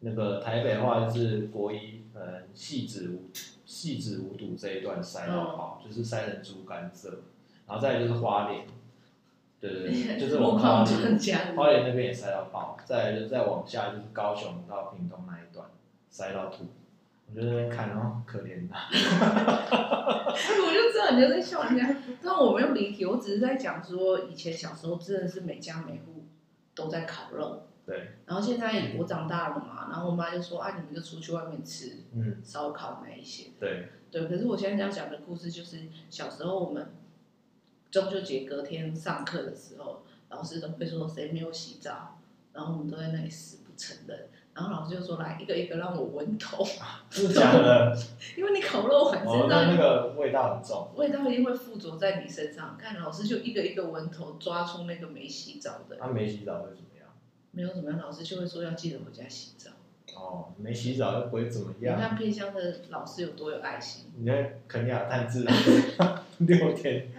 [SPEAKER 2] 那个台北话就是国一，呃，戏子无戏子无堵这一段塞到爆，就是塞成猪肝塞，然后再来就是花莲，对对 对，就是
[SPEAKER 1] 路
[SPEAKER 2] 往
[SPEAKER 1] 况
[SPEAKER 2] 花
[SPEAKER 1] 就
[SPEAKER 2] 莲
[SPEAKER 1] 很强，
[SPEAKER 2] 花莲那边也塞到爆，再来就再往下就是高雄到屏东那一段塞到吐，我就在那边看，然后可怜啊他，
[SPEAKER 1] 我就知道你就在笑人家，但我没有离题，我只是在讲说以前小时候真的是每家每户都在烤肉。
[SPEAKER 2] 对，
[SPEAKER 1] 然后现在我长大了嘛，然后我妈就说啊，你们就出去外面吃
[SPEAKER 2] 嗯，
[SPEAKER 1] 烧烤那一些。
[SPEAKER 2] 对，
[SPEAKER 1] 对，可是我现在要讲的故事就是小时候我们中秋节隔天上课的时候，老师都会说谁没有洗澡，然后我们都在 那里死不承认，然后老师就说来一个一个让我闻头，
[SPEAKER 2] 是假的，
[SPEAKER 1] 因为你烤肉完
[SPEAKER 2] 哦
[SPEAKER 1] 身，
[SPEAKER 2] 那
[SPEAKER 1] 上
[SPEAKER 2] 那个味道很重，
[SPEAKER 1] 味道一定会附着在你身上。看老师就一个一个闻头抓出那个没洗澡的，
[SPEAKER 2] 他、没啊洗澡会怎么样？
[SPEAKER 1] 没有怎么样，老师就会说要记得回家洗澡。
[SPEAKER 2] 哦，没洗澡又不会怎么
[SPEAKER 1] 你
[SPEAKER 2] 样。
[SPEAKER 1] 看偏乡的老师有多有爱心，
[SPEAKER 2] 你在肯尼亚探治啊六天，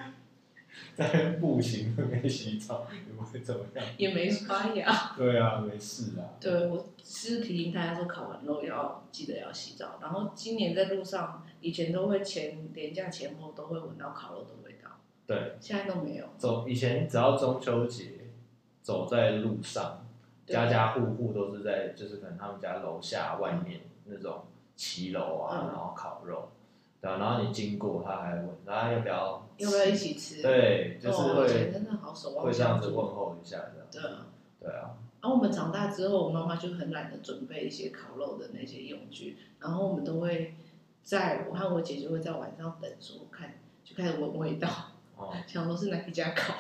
[SPEAKER 2] 在那边步行没洗澡也不会怎么样。
[SPEAKER 1] 也没刷牙。
[SPEAKER 2] 对啊，没事啊。
[SPEAKER 1] 对我是提醒大家说，烤完肉要记得要洗澡。然后今年在路上，以前都会前年假前后都会闻到烤肉的味道，
[SPEAKER 2] 对，
[SPEAKER 1] 现在都没有。
[SPEAKER 2] 走以前只要中秋节走在路上，
[SPEAKER 1] 对
[SPEAKER 2] 家家户户都是在就是可能他们家楼下外面那种骑楼啊，
[SPEAKER 1] 嗯
[SPEAKER 2] 然后烤肉，对啊，然后你经过他还问，然后要不要
[SPEAKER 1] 要不要一起吃？，
[SPEAKER 2] 对，就是
[SPEAKER 1] 哦，以前
[SPEAKER 2] 会
[SPEAKER 1] 真的好守望
[SPEAKER 2] 会这样
[SPEAKER 1] 相
[SPEAKER 2] 子
[SPEAKER 1] 助
[SPEAKER 2] 问。候一下这样。
[SPEAKER 1] 对啊，
[SPEAKER 2] 对啊，
[SPEAKER 1] 然后我们长大之后，我妈妈就很懒得准备一些烤肉的那些用具，然后我们都会在我和我姐就会在晚上等说看，就开始闻味道，
[SPEAKER 2] 哦，
[SPEAKER 1] 想说是哪一家烤。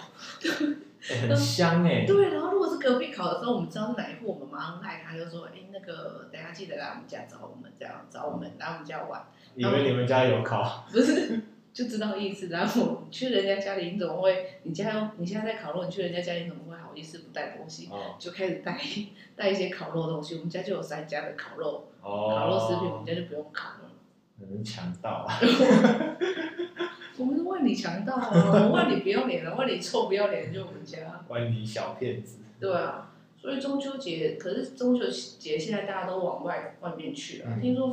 [SPEAKER 2] 欸很香哎。
[SPEAKER 1] 对，啊然后如果是隔壁烤的时候，我们知道是哪一户，我们马上赖他，就说：“哎、那个等一下记得来我们家找我们，这样找我们来我们家玩，
[SPEAKER 2] 以为你们家有烤，
[SPEAKER 1] 不是就知道意思。”然后我去人家家里，你怎么会？你家有你现在在烤肉，你去人家家里你怎么会好意思不带东西？
[SPEAKER 2] 哦
[SPEAKER 1] 就开始带带一些烤肉的东西。我们家就有三家的烤肉
[SPEAKER 2] 哦，
[SPEAKER 1] 烤肉食品，我们家就不用烤了。
[SPEAKER 2] 你们强盗啊！
[SPEAKER 1] 我们是万里强盗啊，万里不要脸啊，万里臭不要脸，就我们家。
[SPEAKER 2] 万里小骗子。
[SPEAKER 1] 对啊，所以中秋节，可是中秋节现在大家都往外外面去了、
[SPEAKER 2] 嗯
[SPEAKER 1] 听说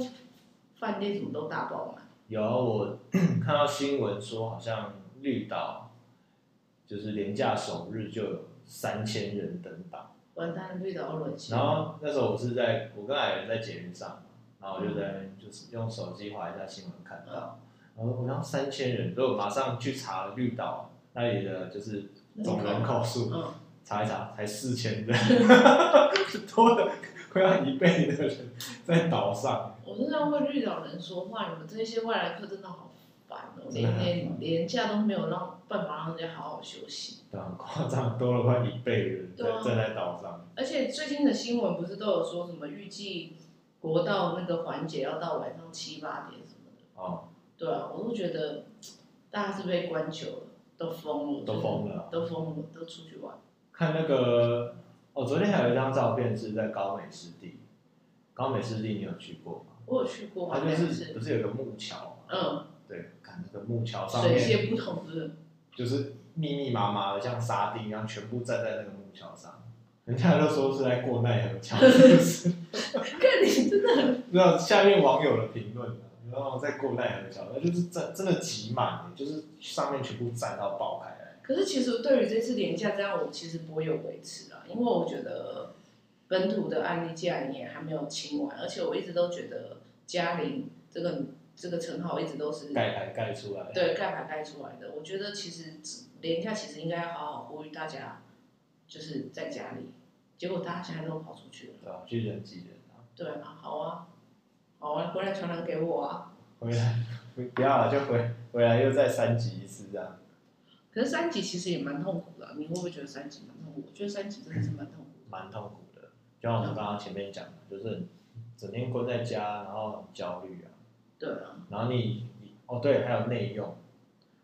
[SPEAKER 1] 饭店什么都大爆满。
[SPEAKER 2] 有啊我 看到新闻说，好像绿岛就是廉价首日就有三千人登岛，
[SPEAKER 1] 完蛋，绿岛要沦陷。
[SPEAKER 2] 然后那时候我是在我跟矮人在捷运上，然后我就在那边就是用手机划一下新闻看到，
[SPEAKER 1] 嗯
[SPEAKER 2] 然后我看到三千人，所以我马上去查绿岛那里的就是总人口数，
[SPEAKER 1] 嗯，
[SPEAKER 2] 查一查才四千人， 多了快要一倍的人在岛上，
[SPEAKER 1] 我真的要为绿岛人说话，你们这些外来客真的好烦哦、
[SPEAKER 2] 真的
[SPEAKER 1] 连
[SPEAKER 2] 很烦
[SPEAKER 1] 连连假都没有让办法让人家好好休息。
[SPEAKER 2] 对啊，很夸张，多了快一倍的人在
[SPEAKER 1] 对啊
[SPEAKER 2] 站在岛上，
[SPEAKER 1] 而且最近的新闻不是都有说什么预计国道那个环节要到晚上七八点什么的？
[SPEAKER 2] 哦。
[SPEAKER 1] 对啊，我都觉得大家是被关久了，都疯了，
[SPEAKER 2] 都疯了
[SPEAKER 1] 都疯了，都出去玩。
[SPEAKER 2] 看那个，哦，昨天还有一张照片是在高美湿地，高美湿地你有去过吗？
[SPEAKER 1] 我有去过，
[SPEAKER 2] 它
[SPEAKER 1] 好
[SPEAKER 2] 啊就
[SPEAKER 1] 像
[SPEAKER 2] 是不是有个木桥嘛？
[SPEAKER 1] 嗯，
[SPEAKER 2] 对，看那个木桥上
[SPEAKER 1] 水
[SPEAKER 2] 面
[SPEAKER 1] 泄不通，是不是？
[SPEAKER 2] 就是密密麻麻的，像沙丁一样，全部站在那个木桥上。人家
[SPEAKER 1] 嗯
[SPEAKER 2] 都说是在过奈何桥，是不 是？
[SPEAKER 1] 看你真的很，
[SPEAKER 2] 不知道下面网友的评论啊，然后在过奈何桥，那就是真真的挤满了，就是上面全部站到爆开来。
[SPEAKER 1] 可是其实对于这次廉价这样，我其实颇有维持啊，因为我觉得本土的案例既然也还没有清完，而且我一直都觉得嘉玲这个这个称号一直都是
[SPEAKER 2] 盖牌盖出来，
[SPEAKER 1] 嗯对盖牌盖出来的。我觉得其实廉价其实应该好好呼吁大家，就是在家里，结果大家现在都跑出去了。
[SPEAKER 2] 对吧？去人挤人啊，
[SPEAKER 1] 对啊，好啊，好啊，回来传染给我啊。
[SPEAKER 2] 回来不要了，就回回来又再三级一次这样。
[SPEAKER 1] 可是三级其实也蛮痛苦的啊、你会不会觉得三级蛮痛苦？我觉得三级真的是蛮痛苦的。
[SPEAKER 2] 蛮痛苦的。就像我们刚刚前面讲的，就是整天关在家，然后很焦虑啊，
[SPEAKER 1] 对啊，
[SPEAKER 2] 然后你你哦对，还有内用，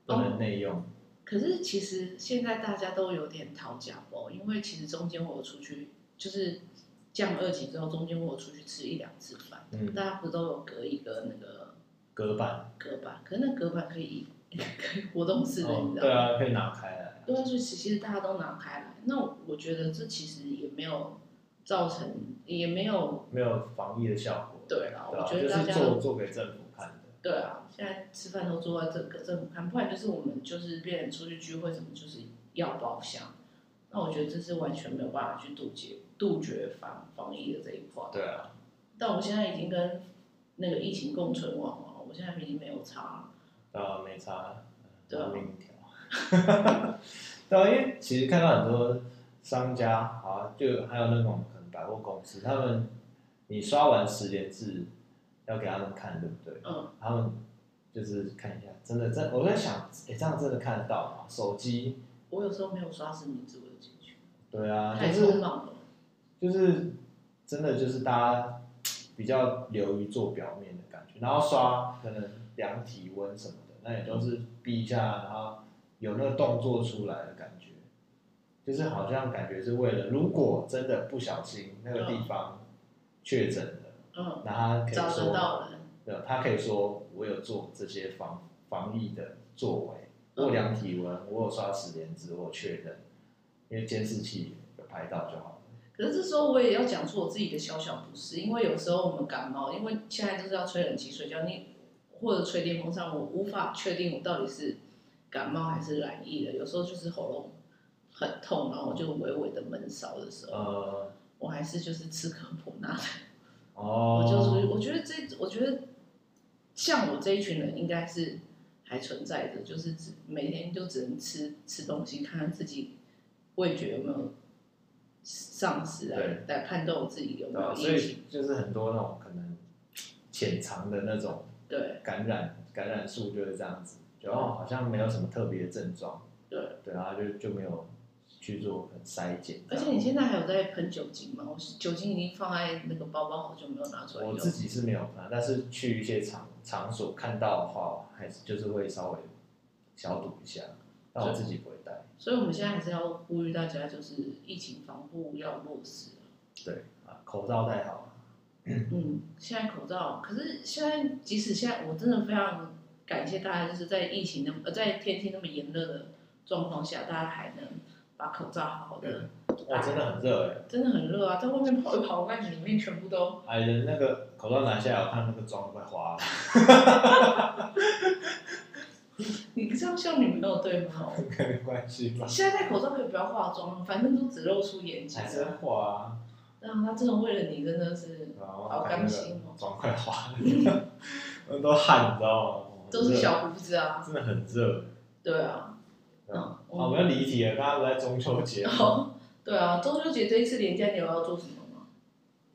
[SPEAKER 2] 不
[SPEAKER 1] 哦
[SPEAKER 2] 能内用，
[SPEAKER 1] 可是其实现在大家都有点讨价包，因为其实中间我有出去就是降二级之后，中间我有出去吃一两次饭，
[SPEAKER 2] 嗯，
[SPEAKER 1] 大家不都有隔一个那个
[SPEAKER 2] 隔板
[SPEAKER 1] 隔板？可是那隔板可以可以活动式的，
[SPEAKER 2] 哦
[SPEAKER 1] 你，知
[SPEAKER 2] 对
[SPEAKER 1] 道吗？
[SPEAKER 2] 啊，可以拿开来，
[SPEAKER 1] 对啊，所以其实大家都拿开来，那我觉得这其实也没有造成，也没有
[SPEAKER 2] 没有防疫的效果，
[SPEAKER 1] 对啦，
[SPEAKER 2] 对
[SPEAKER 1] 我
[SPEAKER 2] 啊，
[SPEAKER 1] 觉得大
[SPEAKER 2] 就是
[SPEAKER 1] 家
[SPEAKER 2] 做
[SPEAKER 1] 都
[SPEAKER 2] 做给政府看的，
[SPEAKER 1] 对啊，现在吃饭都坐在这个政府看，不然就是我们就是变成出去聚会什么，就是要包厢。那我觉得这是完全没有办法去杜绝杜绝防防疫的这一块。
[SPEAKER 2] 对啊，
[SPEAKER 1] 但我现在已经跟那个疫情共存亡了，我现在已经没有差了。
[SPEAKER 2] 对啊，没差，
[SPEAKER 1] 对啊
[SPEAKER 2] 命一条， 对啊，因为其实看到很多商家啊，就还有那种可能百货公司，他们你刷完十连制要给他们看，对不对？
[SPEAKER 1] 嗯，
[SPEAKER 2] 他们就是看一下，真的真我在想，哎、这样真的看得到吗？手机，
[SPEAKER 1] 我有时候没有刷实名制，我就进去，
[SPEAKER 2] 对啊，
[SPEAKER 1] 太
[SPEAKER 2] 就
[SPEAKER 1] 匆
[SPEAKER 2] 是
[SPEAKER 1] 忙了。
[SPEAKER 2] 就是真的就是大家比较流于做表面的感觉，然后刷可能量体温什么的，那也都是逼一下，然后有那个动作出来的感觉，就是好像感觉是为了，如果真的不小心那个地方确诊了，
[SPEAKER 1] 嗯，
[SPEAKER 2] 那他可以
[SPEAKER 1] 找得
[SPEAKER 2] 说，
[SPEAKER 1] 到人，
[SPEAKER 2] 对，他可以说我有做这些防防疫的作为，我有量体温，我有刷十连字，我有确认，因为监视器有拍到就好了。
[SPEAKER 1] 可是这时候我也要讲出我自己的小小不是，因为有时候我们感冒，因为现在就是要吹冷气睡觉，你或者吹电风扇，我无法确定我到底是感冒还是染疫的。有时候就是喉咙很痛，然后我就微微的闷烧的时候，
[SPEAKER 2] 呃，
[SPEAKER 1] 我还是就是吃科普那我
[SPEAKER 2] 哦，
[SPEAKER 1] 就是我觉得这，我觉得像我这一群人应该是还存在的，就是只每天就只能吃吃东西，看看自己味觉有没有丧失啊
[SPEAKER 2] 对，
[SPEAKER 1] 来判断我自己有没
[SPEAKER 2] 对啊
[SPEAKER 1] 有
[SPEAKER 2] 所
[SPEAKER 1] 疫情。
[SPEAKER 2] 以就是很多那种可能潜藏的那种
[SPEAKER 1] 对
[SPEAKER 2] 感染感染数就是这样子，就哦好像没有什么特别的症状，
[SPEAKER 1] 对，
[SPEAKER 2] 对，啊然后就就没有去做很筛检这
[SPEAKER 1] 而
[SPEAKER 2] 样。
[SPEAKER 1] 且你现在还有在喷酒精吗？我是酒精已经放在那个包包好久没有拿出来
[SPEAKER 2] 我
[SPEAKER 1] 用。
[SPEAKER 2] 自己是没有啊，但是去一些场场所看到的话，还是就是会稍微消毒一下，但我自己不会带。
[SPEAKER 1] 所以我们现在还是要呼吁大家，就是疫情防护要落实。
[SPEAKER 2] 对啊，口罩戴好，
[SPEAKER 1] 嗯，现在口罩，可是现在即使现在，我真的非常感谢大家，就是在疫情那么呃在天气那么炎热的状况下，大家还能把口罩好好的，
[SPEAKER 2] 哇，真的很热哎、
[SPEAKER 1] 真的很热啊，在外面跑一跑，我感觉里面全部都
[SPEAKER 2] 矮人哎那个口罩拿下来，我看那个妆都快花 了。
[SPEAKER 1] 你这样像女朋友对吗？
[SPEAKER 2] 没关系吧？
[SPEAKER 1] 现在戴口罩可以不要化妆，反正都只露出眼睛
[SPEAKER 2] 还。是花，
[SPEAKER 1] 然后他真的为了你，真的是
[SPEAKER 2] 然后
[SPEAKER 1] 好
[SPEAKER 2] 看
[SPEAKER 1] 甘
[SPEAKER 2] 那
[SPEAKER 1] 心
[SPEAKER 2] 个
[SPEAKER 1] 哦，
[SPEAKER 2] 妆快 花了，那都汗，你知道吗？
[SPEAKER 1] 都是小胡子啊，
[SPEAKER 2] 真的很热。
[SPEAKER 1] 对啊，
[SPEAKER 2] 啊，
[SPEAKER 1] 嗯
[SPEAKER 2] 我们要离题了，刚刚不在中秋节
[SPEAKER 1] 然，后对啊，中秋节这一次连假你有要做什么吗？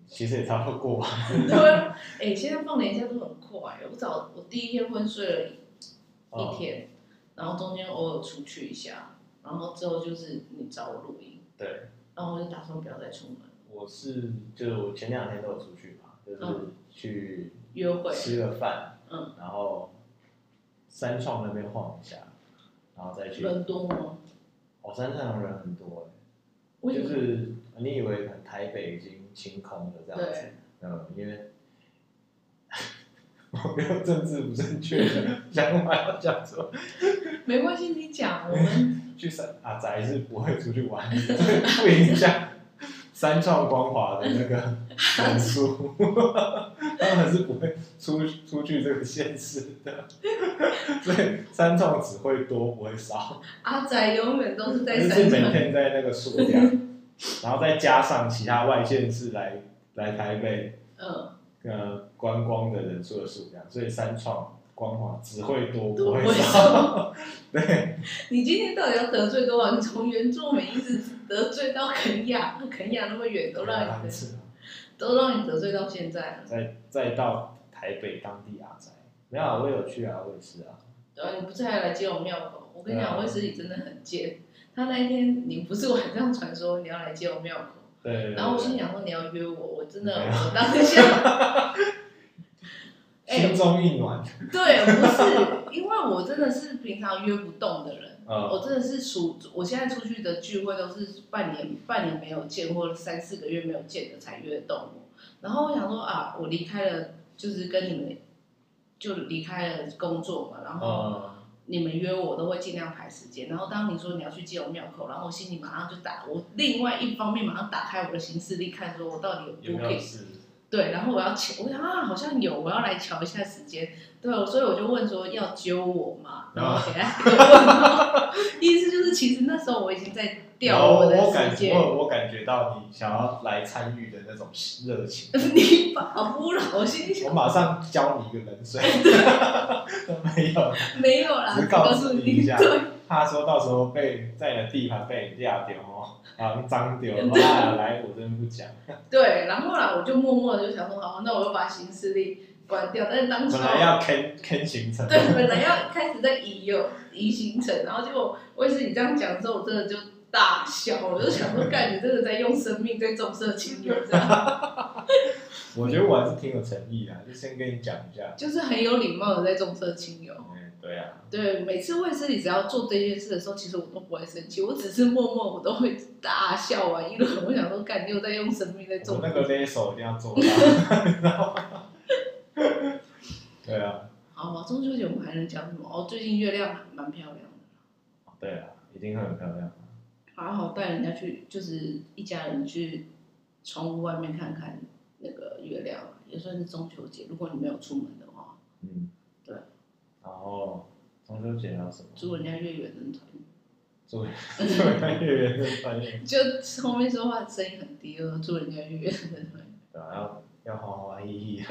[SPEAKER 2] 其实也差不多过完。
[SPEAKER 1] 对啊，哎、现在放年假都很快。我早我第一天昏睡了
[SPEAKER 2] 哦
[SPEAKER 1] 一天，然后中间偶尔出去一下，然后之后就是你找我录音，
[SPEAKER 2] 对，
[SPEAKER 1] 然后我就打算不要再出门
[SPEAKER 2] 啊我是就是我前两天都有出去嘛，就是
[SPEAKER 1] 嗯
[SPEAKER 2] 去
[SPEAKER 1] 约会。
[SPEAKER 2] 吃个饭，
[SPEAKER 1] 嗯，
[SPEAKER 2] 然后三创那边晃一下，然后再去。
[SPEAKER 1] 人多吗？
[SPEAKER 2] 哦，三创的人很多
[SPEAKER 1] 我
[SPEAKER 2] 哎，
[SPEAKER 1] 以为
[SPEAKER 2] 就是你以为可能台北已经清空了这样子
[SPEAKER 1] 对。，
[SPEAKER 2] 嗯，因为我用政治不正确的想法要讲说，
[SPEAKER 1] 没关系，你讲。我 们
[SPEAKER 2] 去三啊宅是不会出去 玩，不影响三创光华的那个人数， 他们是不会出出去这个现实的，所以三创只会多不会少，
[SPEAKER 1] 阿仔永远都是在
[SPEAKER 2] 就是
[SPEAKER 1] 山
[SPEAKER 2] 每
[SPEAKER 1] 上。
[SPEAKER 2] 天在那个数量， 然后再加上其他外县市来来台北。
[SPEAKER 1] 嗯，
[SPEAKER 2] 呃观光的人数的数量，所以三创光华只会多
[SPEAKER 1] 都
[SPEAKER 2] 不会
[SPEAKER 1] 不会
[SPEAKER 2] 少。 对，
[SPEAKER 1] 你今天到底要得罪多少？你从原住民一直得罪到肯亚，肯亚那么远，都让你得，
[SPEAKER 2] 是啊
[SPEAKER 1] 都让你得罪到现在了。
[SPEAKER 2] 再再到台北当地阿宅，没有、啊，我有去啊，我也是啊。
[SPEAKER 1] 对啊，你不是还来接我庙口？我跟你
[SPEAKER 2] 对
[SPEAKER 1] 讲，
[SPEAKER 2] 啊
[SPEAKER 1] 卫斯理真的很贱。他那一天，你不是晚上传说你要来接我庙口，
[SPEAKER 2] 对对对
[SPEAKER 1] 然后我心
[SPEAKER 2] 对
[SPEAKER 1] 想说你要约我，我真的，
[SPEAKER 2] 没有
[SPEAKER 1] 我当下， 哎
[SPEAKER 2] 心中一暖，
[SPEAKER 1] 对，不是，因为我真的是平常约不动的人，我
[SPEAKER 2] 呃，
[SPEAKER 1] 真的是属，我现在出去的聚会都是半年半年没有见或者三四个月没有见的才约得动我。然后我想说啊，我离开了，就是跟你们就离开了工作嘛，然后。
[SPEAKER 2] 呃，
[SPEAKER 1] 你们约我都会尽量排时间，然后当你说你要去接我庙口，然后我心里马上就打，我另外一方面马上打开我的行事历，看说我到底有
[SPEAKER 2] 有没有
[SPEAKER 1] booking，
[SPEAKER 2] 事？
[SPEAKER 1] 对，然后我要瞧，我想啊好像有，我要来瞧一下时间，对，所以我就问说要揪我嘛，然
[SPEAKER 2] 啊
[SPEAKER 1] 后给他一个问号，意思就是其实那时候我已经在调
[SPEAKER 2] 有
[SPEAKER 1] 的
[SPEAKER 2] 哦我
[SPEAKER 1] 时
[SPEAKER 2] 感
[SPEAKER 1] 间，
[SPEAKER 2] 我我感觉到你想要来参与的那种热情，
[SPEAKER 1] 你把不了，我心里
[SPEAKER 2] 我
[SPEAKER 1] 想
[SPEAKER 2] 马上浇你一 个冷水。没有，
[SPEAKER 1] 没有啦，
[SPEAKER 2] 只是
[SPEAKER 1] 我告
[SPEAKER 2] 告
[SPEAKER 1] 诉
[SPEAKER 2] 知
[SPEAKER 1] 你，
[SPEAKER 2] 你一下
[SPEAKER 1] 对。
[SPEAKER 2] 怕说到时候被在你的地盘被你掉掉哦，啊，脏掉，啊，来我真不讲。
[SPEAKER 1] 对，然后啦，我就默默的就想说，好，那我就把行事历关掉。但是当时
[SPEAKER 2] 本来要 can can 行 程，
[SPEAKER 1] 对，本来要开始在移有移行程，然后结果我也是你这样讲之后，我真的就大笑，我就想说，干，你真的在用生命在重色轻友这样。
[SPEAKER 2] 我觉得我还是挺有诚意的，就先跟你讲一 下。
[SPEAKER 1] 就是很有礼貌的在重色轻友。
[SPEAKER 2] 嗯，对啊，
[SPEAKER 1] 对，每次卫斯理只要做这件事的时候，其实我都不会生气，我只是默默我都会大笑完一轮。我想说，干，你又在用生命在
[SPEAKER 2] 我
[SPEAKER 1] 做
[SPEAKER 2] 那个勒手一定要做到， 你知道吗？对啊，
[SPEAKER 1] 好，中秋节我们还能讲什么？哦，最近月亮蛮漂亮的，
[SPEAKER 2] 对啊，一定会很漂亮。
[SPEAKER 1] 好好带人家去，就是一家人去窗户外面看看那个月亮，也算是中秋节。如果你没有出门的话，
[SPEAKER 2] 嗯，
[SPEAKER 1] 对。
[SPEAKER 2] 然后中秋节还有什么？
[SPEAKER 1] 祝人家月圆人团圆。
[SPEAKER 2] 祝祝人家月圆人团圆，
[SPEAKER 1] 就后面说话声音很低，就说祝人家月圆人团圆。
[SPEAKER 2] 对啊，要要欢欢喜喜。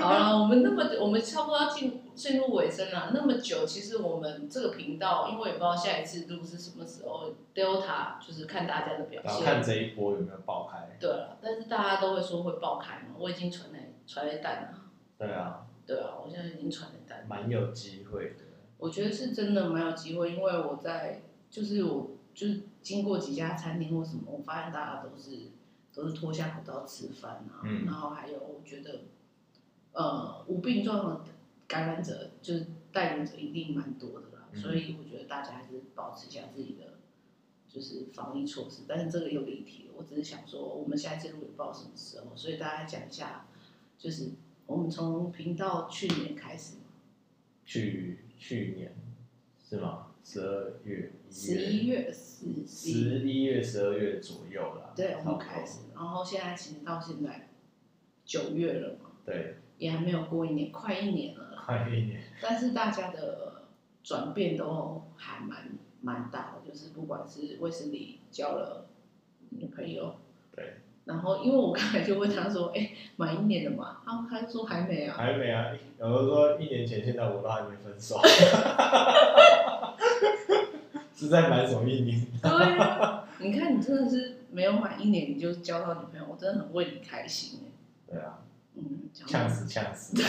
[SPEAKER 1] 好了，我们那么我们差不多要进进入尾声了。那么久，其实我们这个频道，因为也不知道下一次录是什么时候，Delta 就是看大家的表
[SPEAKER 2] 然后
[SPEAKER 1] 现。
[SPEAKER 2] 看这一波有没有爆开。
[SPEAKER 1] 对了，但是大家都会说会爆开嘛，我已经传了传了蛋了。
[SPEAKER 2] 对啊，
[SPEAKER 1] 对啊，我现在已经传了蛋。
[SPEAKER 2] 蛮有机会的。
[SPEAKER 1] 我觉得是真的蛮有机会，因为我在就是我就是经过几家餐厅或什么，我发现大家都是都是脱下口罩吃饭啊，
[SPEAKER 2] 嗯
[SPEAKER 1] 然后还有我觉得呃无病状的感染者就是带领者一定蛮多的啦，
[SPEAKER 2] 嗯
[SPEAKER 1] 所以我觉得大家还是保持一下自己的就是防疫措施，但是这个又离题了，我只是想说我们下一次录也不知道什么时候，所以大家讲一下，就是我们从频道去年开始。
[SPEAKER 2] 去去年是吗？十二月、
[SPEAKER 1] 十一
[SPEAKER 2] 月、
[SPEAKER 1] 月十
[SPEAKER 2] 十
[SPEAKER 1] 十，
[SPEAKER 2] 一月、十二月左右啦。
[SPEAKER 1] 对，我
[SPEAKER 2] 差不
[SPEAKER 1] 们
[SPEAKER 2] 多
[SPEAKER 1] 开始。，然后现在其实到现在九月了嘛，
[SPEAKER 2] 对，
[SPEAKER 1] 也还没有过一年，快一年了。
[SPEAKER 2] 快一年。
[SPEAKER 1] 但是大家的转变都还蛮蛮大的，就是不管是卫斯理交了女朋友，
[SPEAKER 2] 对，
[SPEAKER 1] 然后因为我刚才就问他说，哎、满一年了嘛？他他就说还没 啊。
[SPEAKER 2] 还没啊。有人说一年前，现在我都还没分手。 是在瞒什么一年？
[SPEAKER 1] 对啊，你看你真的是没有满一年你就交到女朋友，我真的很为你开心哎、
[SPEAKER 2] 对啊，
[SPEAKER 1] 嗯，讲到
[SPEAKER 2] 呛死呛死。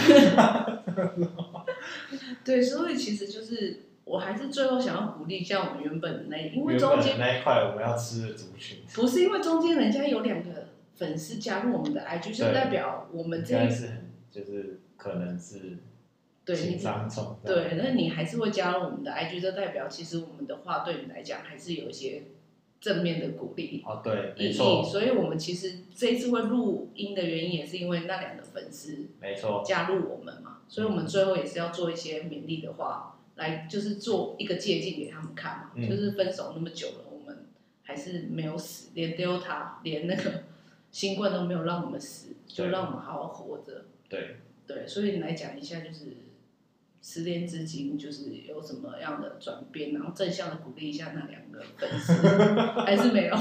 [SPEAKER 1] 对，所以其实就是，我还是最后想要鼓励一下我们原本的那，因为
[SPEAKER 2] 原
[SPEAKER 1] 中
[SPEAKER 2] 本的
[SPEAKER 1] 间
[SPEAKER 2] 那一块我们要吃的族群，
[SPEAKER 1] 不是因为中间人家有两个粉丝加入我们的 IG，就代表我们
[SPEAKER 2] 应
[SPEAKER 1] 这
[SPEAKER 2] 该
[SPEAKER 1] 一
[SPEAKER 2] 是很就是可能是
[SPEAKER 1] 对
[SPEAKER 2] 情
[SPEAKER 1] 你
[SPEAKER 2] 商重这样
[SPEAKER 1] 对，那你还是会加入我们的 IG，就代表其实我们的话对你来讲还是有一些正面的鼓励
[SPEAKER 2] 哦对，
[SPEAKER 1] 意
[SPEAKER 2] 没
[SPEAKER 1] 义。
[SPEAKER 2] 错
[SPEAKER 1] 所以我们其实这一次会录音的原因，也是因为那两个粉丝
[SPEAKER 2] 没错，
[SPEAKER 1] 加入我们
[SPEAKER 2] 嗯
[SPEAKER 1] 嘛，所以我们最后也是要做一些勉励的话，来就是做一个借鉴给他们看嘛。
[SPEAKER 2] 嗯
[SPEAKER 1] 就是分手那么久了，我们还是没有死，连 Delta 连那个新冠都没有让我们死，就
[SPEAKER 2] 对
[SPEAKER 1] 让我们好好活着。
[SPEAKER 2] 对，
[SPEAKER 1] 对，所以你来讲一下，就是十年之今，就是有什么样的转变，然后正向的鼓励一下那两个粉 丝，还是没有？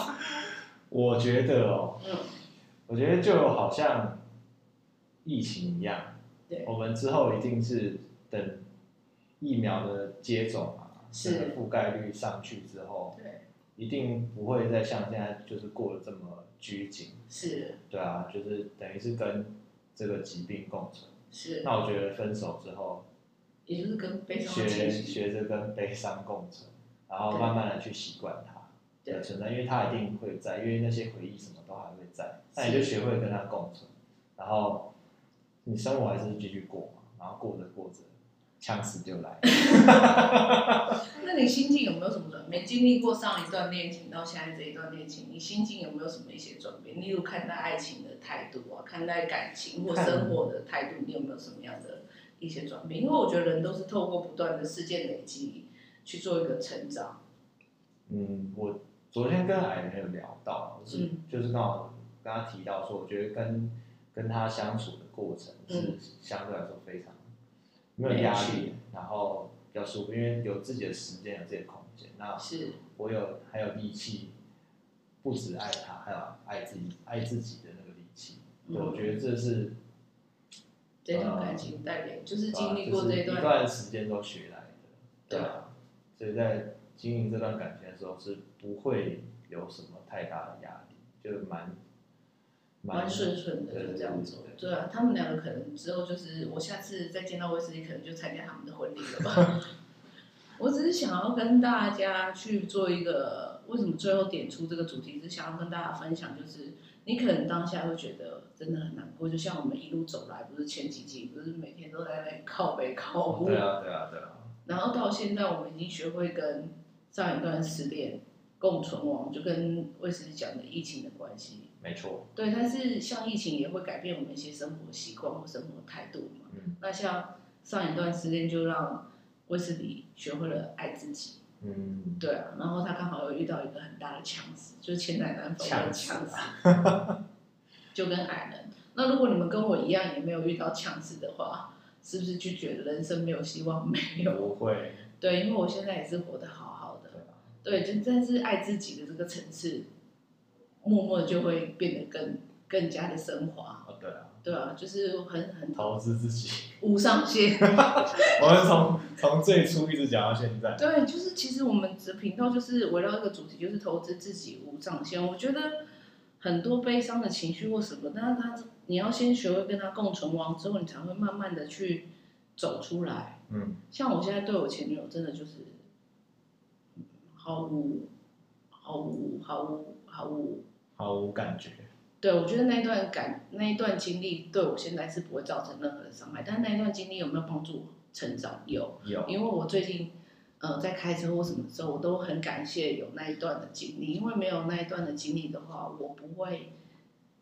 [SPEAKER 2] 我觉得哦，
[SPEAKER 1] 嗯，
[SPEAKER 2] 我觉得就好像疫情一样，
[SPEAKER 1] 对
[SPEAKER 2] 我们之后一定是等疫苗的接种啊，
[SPEAKER 1] 是
[SPEAKER 2] 整个覆盖率上去之后，
[SPEAKER 1] 对，
[SPEAKER 2] 一定不会再像现在就是过得这么拘谨，
[SPEAKER 1] 是
[SPEAKER 2] 对啊，就是等于是跟这个疾病共存。
[SPEAKER 1] 是，
[SPEAKER 2] 那我觉得分手之后，
[SPEAKER 1] 也就是跟悲伤的
[SPEAKER 2] 学
[SPEAKER 1] 情绪，
[SPEAKER 2] 学着跟悲伤共存，然后
[SPEAKER 1] 对
[SPEAKER 2] 慢慢的去习惯它
[SPEAKER 1] 对
[SPEAKER 2] 的存在，因为它一定会在，因为那些回忆什么都还会在，那你就学会跟它共存，然后你生活还是继续过嘛，然后过着过着，呛死就来。
[SPEAKER 1] 那你心境有没有什么转变？经历过上一段恋情到现在这一段恋情，你心境有没有什么一些转变？例如看待爱情的态度啊，看待感情或生活的态度，你有没有什么样的一些转变？因为我觉得人都是透过不断的事件累积去做一个成长。
[SPEAKER 2] 嗯，我昨天跟矮人有聊到，就是、
[SPEAKER 1] 嗯
[SPEAKER 2] 就是刚好跟他提到说，我觉得跟跟他相处的过程是
[SPEAKER 1] 嗯
[SPEAKER 2] 相对来说非常没有
[SPEAKER 1] 没
[SPEAKER 2] 压
[SPEAKER 1] 趣
[SPEAKER 2] 力，然后比较舒服，因为有自己的时间，有自己的空间。那
[SPEAKER 1] 是，
[SPEAKER 2] 我有还有力气，不止爱他，还有爱自己，爱自己的那个力气。对，我
[SPEAKER 1] 嗯，
[SPEAKER 2] 觉得这是
[SPEAKER 1] 这段感情带给就是
[SPEAKER 2] 对吧
[SPEAKER 1] 经历过这
[SPEAKER 2] 啊呃就是
[SPEAKER 1] 一
[SPEAKER 2] 一
[SPEAKER 1] 段，
[SPEAKER 2] 段时间都学来的，
[SPEAKER 1] 对
[SPEAKER 2] 啊，所以在经营这段感情的时候是不会有什么太大的压力，就是蛮
[SPEAKER 1] 蛮顺顺的，
[SPEAKER 2] 对
[SPEAKER 1] 就这样做。
[SPEAKER 2] 对对
[SPEAKER 1] 对啊，他们两个可能之后就是，我下次再见到威斯利，可能就参加他们的婚礼了 吧。我只是想要跟大家去做一个，为什么最后点出这个主题，是想要跟大家分享，就是你可能当下会觉得真的很难过，就像我们一路走来，不是前几集不是每天都在那里靠北靠
[SPEAKER 2] 哦
[SPEAKER 1] 屋，
[SPEAKER 2] 对啊，对啊，对啊，
[SPEAKER 1] 然后到现在，我们已经学会跟上一段失恋共存亡，就跟卫斯理讲的疫情的关系。
[SPEAKER 2] 没错，
[SPEAKER 1] 对，但是像疫情也会改变我们一些生活习惯或生活态度嘛。
[SPEAKER 2] 嗯
[SPEAKER 1] 那像上一段失恋就让卫斯理学会了爱自己，
[SPEAKER 2] 嗯，
[SPEAKER 1] 对啊。然后他刚好又遇到一个很大的强死，就是前奶奶粉
[SPEAKER 2] 呛
[SPEAKER 1] 的
[SPEAKER 2] 死
[SPEAKER 1] 强死，
[SPEAKER 2] 啊
[SPEAKER 1] 就跟矮人。那如果你们跟我一样也没有遇到强死的话，是不是就觉得人生没有希望？没有。
[SPEAKER 2] 不会，
[SPEAKER 1] 对，因为我现在也是活得好好
[SPEAKER 2] 对
[SPEAKER 1] 的，
[SPEAKER 2] 啊，
[SPEAKER 1] 对，就但是爱自己的这个层次，默默就会变得更更加的升华，
[SPEAKER 2] 哦对啊，
[SPEAKER 1] 对啊，就是很很
[SPEAKER 2] 投资自己，
[SPEAKER 1] 无上限。
[SPEAKER 2] 我们从从最初一直讲到现在，
[SPEAKER 1] 对，就是其实我们的频道就是围绕这个主题，就是投资自己无上限。我觉得很多悲伤的情绪或什么，但是它你要先学会跟它共存亡之后，你才会慢慢的去走出来。
[SPEAKER 2] 嗯，
[SPEAKER 1] 像我现在对我前女友真的就是嗯毫无、毫无、毫无、毫无。
[SPEAKER 2] 毫无感觉，
[SPEAKER 1] 对，我觉得那一段感、那一段经历对我现在是不会造成任何的伤害，但那一段经历有没有帮助我成长？有，
[SPEAKER 2] 有，
[SPEAKER 1] 因为我最近呃在开车或什么时候，我都很感谢有那一段的经历，因为没有那一段的经历的话，我不会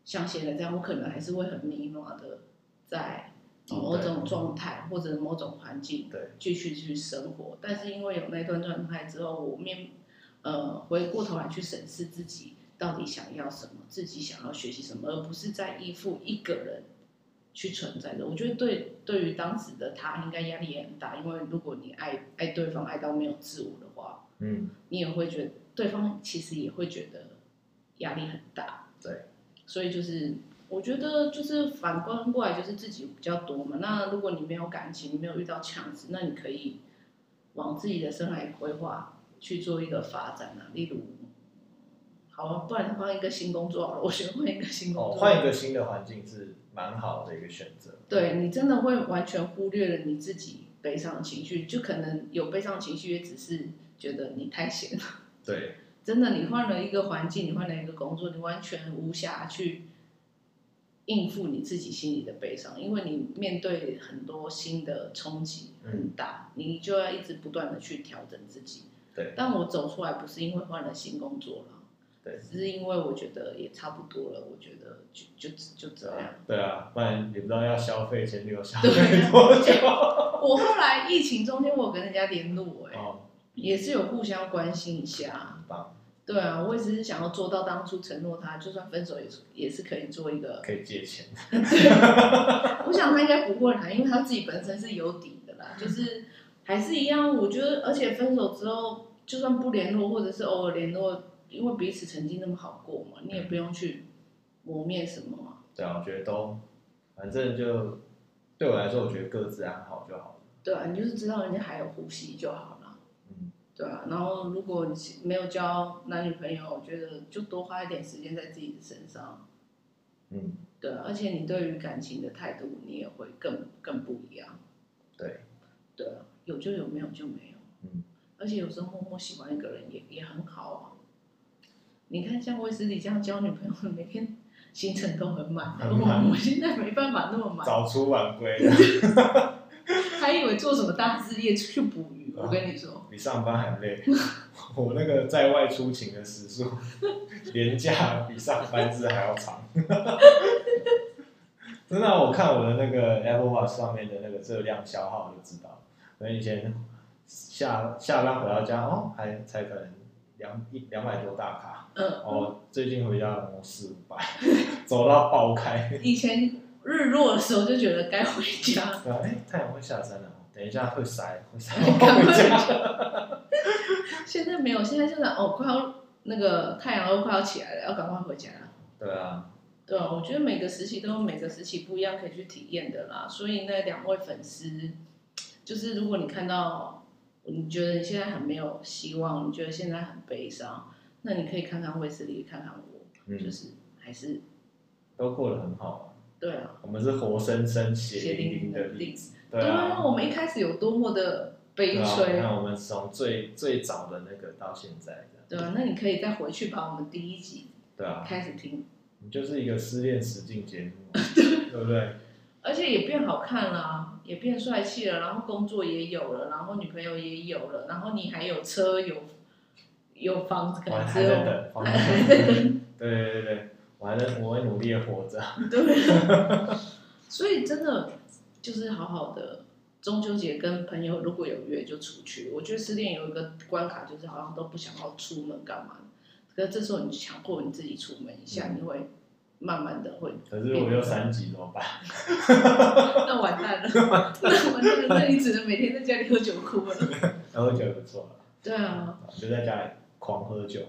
[SPEAKER 1] 像现在这样，我可能还是会很迷茫的在某种状态或者某种环境
[SPEAKER 2] 对，
[SPEAKER 1] 继续去生活。但是因为有那段状态之后，我面呃回过头来去审视自己到底想要什么，自己想要学习什么，而不是在依附一个人去存在的。我觉得对对于当时的他，应该压力也很大，因为如果你爱爱对方爱到没有自我的话，
[SPEAKER 2] 嗯，
[SPEAKER 1] 你也会觉得对方其实也会觉得压力很大。
[SPEAKER 2] 对，
[SPEAKER 1] 所以就是我觉得就是反观过来，就是自己比较多嘛。那如果你没有感情，你没有遇到强子，那你可以往自己的生涯规划去做一个发展啊。例如，好啊，不然换一个新工作好了，我学会一个新工
[SPEAKER 2] 哦，
[SPEAKER 1] 作，
[SPEAKER 2] 换一个新的环境是蛮好的一个选择，
[SPEAKER 1] 对你真的会完全忽略了你自己悲伤的情绪，就可能有悲伤情绪，也只是觉得你太闲了。
[SPEAKER 2] 对，
[SPEAKER 1] 真的，你换了一个环境，你换了一个工作，你完全无暇去应付你自己心里的悲伤，因为你面对很多新的冲击很大，你就要一直不断的去调整自己。
[SPEAKER 2] 对
[SPEAKER 1] 但我走出来不是因为换了新工作了，
[SPEAKER 2] 对
[SPEAKER 1] 只是因为我觉得也差不多了，我觉得就就就这样。
[SPEAKER 2] 对啊，不然也不知道要消费前女友消
[SPEAKER 1] 对
[SPEAKER 2] 费多久。
[SPEAKER 1] 我后来疫情中间，我有跟人家联络、哎、
[SPEAKER 2] 哦，
[SPEAKER 1] 也是有互相关心一下。
[SPEAKER 2] 很棒，
[SPEAKER 1] 对啊，我也只是想要做到当初承诺他，就算分手也是也是可以做一个。
[SPEAKER 2] 可以借钱。
[SPEAKER 1] 我想他应该不会啦，因为他自己本身是有底的啦，就是还是一样。我觉得，而且分手之后，就算不联络或者是偶尔联络，因为彼此曾经那么好过嘛，你也不用去磨灭什么嘛。
[SPEAKER 2] 对啊，我觉得都，反正就对我来说，我觉得各自安好就好了。
[SPEAKER 1] 对啊，你就是知道人家还有呼吸就好了。
[SPEAKER 2] 嗯，
[SPEAKER 1] 对啊，然后如果你没有交男女朋友，我觉得就多花一点时间在自己的身上。
[SPEAKER 2] 嗯，
[SPEAKER 1] 对啊，而且你对于感情的态度，你也会更更不一样。
[SPEAKER 2] 对，
[SPEAKER 1] 对啊，有就有，没有就没有。
[SPEAKER 2] 嗯，
[SPEAKER 1] 而且有时候默默喜欢一个人也也很好啊。你看，像威斯理这样交女朋友，每天行程都很满，
[SPEAKER 2] 很满
[SPEAKER 1] 我我现在没办法那么满，
[SPEAKER 2] 早出晚归，
[SPEAKER 1] 还以为做什么大事业去捕鱼。
[SPEAKER 2] 啊
[SPEAKER 1] 我跟你说，
[SPEAKER 2] 比上班还累。 我那个在外出勤的时数，年假比上班日还要长。 真的啊、我看我的那个 Apple Watch 上面的那个热量消耗就知道，我以前下下班回到家哦，还才可能两一两百多大卡，
[SPEAKER 1] 嗯，
[SPEAKER 2] 哦，最近回家我四五百，走到爆开。
[SPEAKER 1] 以前日落的时候就觉得该回家，
[SPEAKER 2] 对啊，哎、太阳会下山了，哦等一下会晒，会 晒
[SPEAKER 1] 赶
[SPEAKER 2] 回
[SPEAKER 1] 快
[SPEAKER 2] 家。
[SPEAKER 1] 现在没有，现在就是哦，快要那个太阳都快要起来了，要赶快回家了。
[SPEAKER 2] 对啊，
[SPEAKER 1] 对啊，我觉得每个时期都有每个时期不一样可以去体验的啦。所以那两位粉丝，就是如果你看到你觉得你现在很没有希望，你觉得现在很悲伤，那你可以看看卫斯理，看看我，就
[SPEAKER 2] 嗯，
[SPEAKER 1] 是还是
[SPEAKER 2] 都过得很好
[SPEAKER 1] 对啊
[SPEAKER 2] 啊。，我们是活生生血
[SPEAKER 1] 血淋
[SPEAKER 2] 淋淋
[SPEAKER 1] 淋
[SPEAKER 2] 的
[SPEAKER 1] 的
[SPEAKER 2] 例
[SPEAKER 1] 例
[SPEAKER 2] 子
[SPEAKER 1] 子。
[SPEAKER 2] 对
[SPEAKER 1] 对啊，
[SPEAKER 2] 啊，
[SPEAKER 1] 我们一开始有多么的悲
[SPEAKER 2] 对啊，
[SPEAKER 1] 催。
[SPEAKER 2] 你看我们从最最早的那个到现在的，
[SPEAKER 1] 对啊，那你可以再回去把我们第一集
[SPEAKER 2] 对啊，
[SPEAKER 1] 开始听，
[SPEAKER 2] 你就是一个失恋实境节 目，对不对？
[SPEAKER 1] 而且也变好看了啊、也变帅气了，然后工作也有了，然后女朋友也有了，然后你还有车有有房子，可
[SPEAKER 2] 我
[SPEAKER 1] 能
[SPEAKER 2] 哦还
[SPEAKER 1] 只有
[SPEAKER 2] 在等，还在等，对对对对，我还在，我会努力的活着。
[SPEAKER 1] 对，啊所以真的就是好好的中秋节跟朋友如果有约就出去。我觉得失恋有一个关卡就是好像都不想要出门干嘛，可是这时候你强迫你自己出门一下，
[SPEAKER 2] 嗯
[SPEAKER 1] 你会慢慢的会，
[SPEAKER 2] 可是我又三级怎么办？
[SPEAKER 1] 那完蛋了， 那完蛋了，那你只能每天在家里喝酒哭了。
[SPEAKER 2] 然后喝酒也不错了，
[SPEAKER 1] 对啊，
[SPEAKER 2] 就在家里狂喝酒。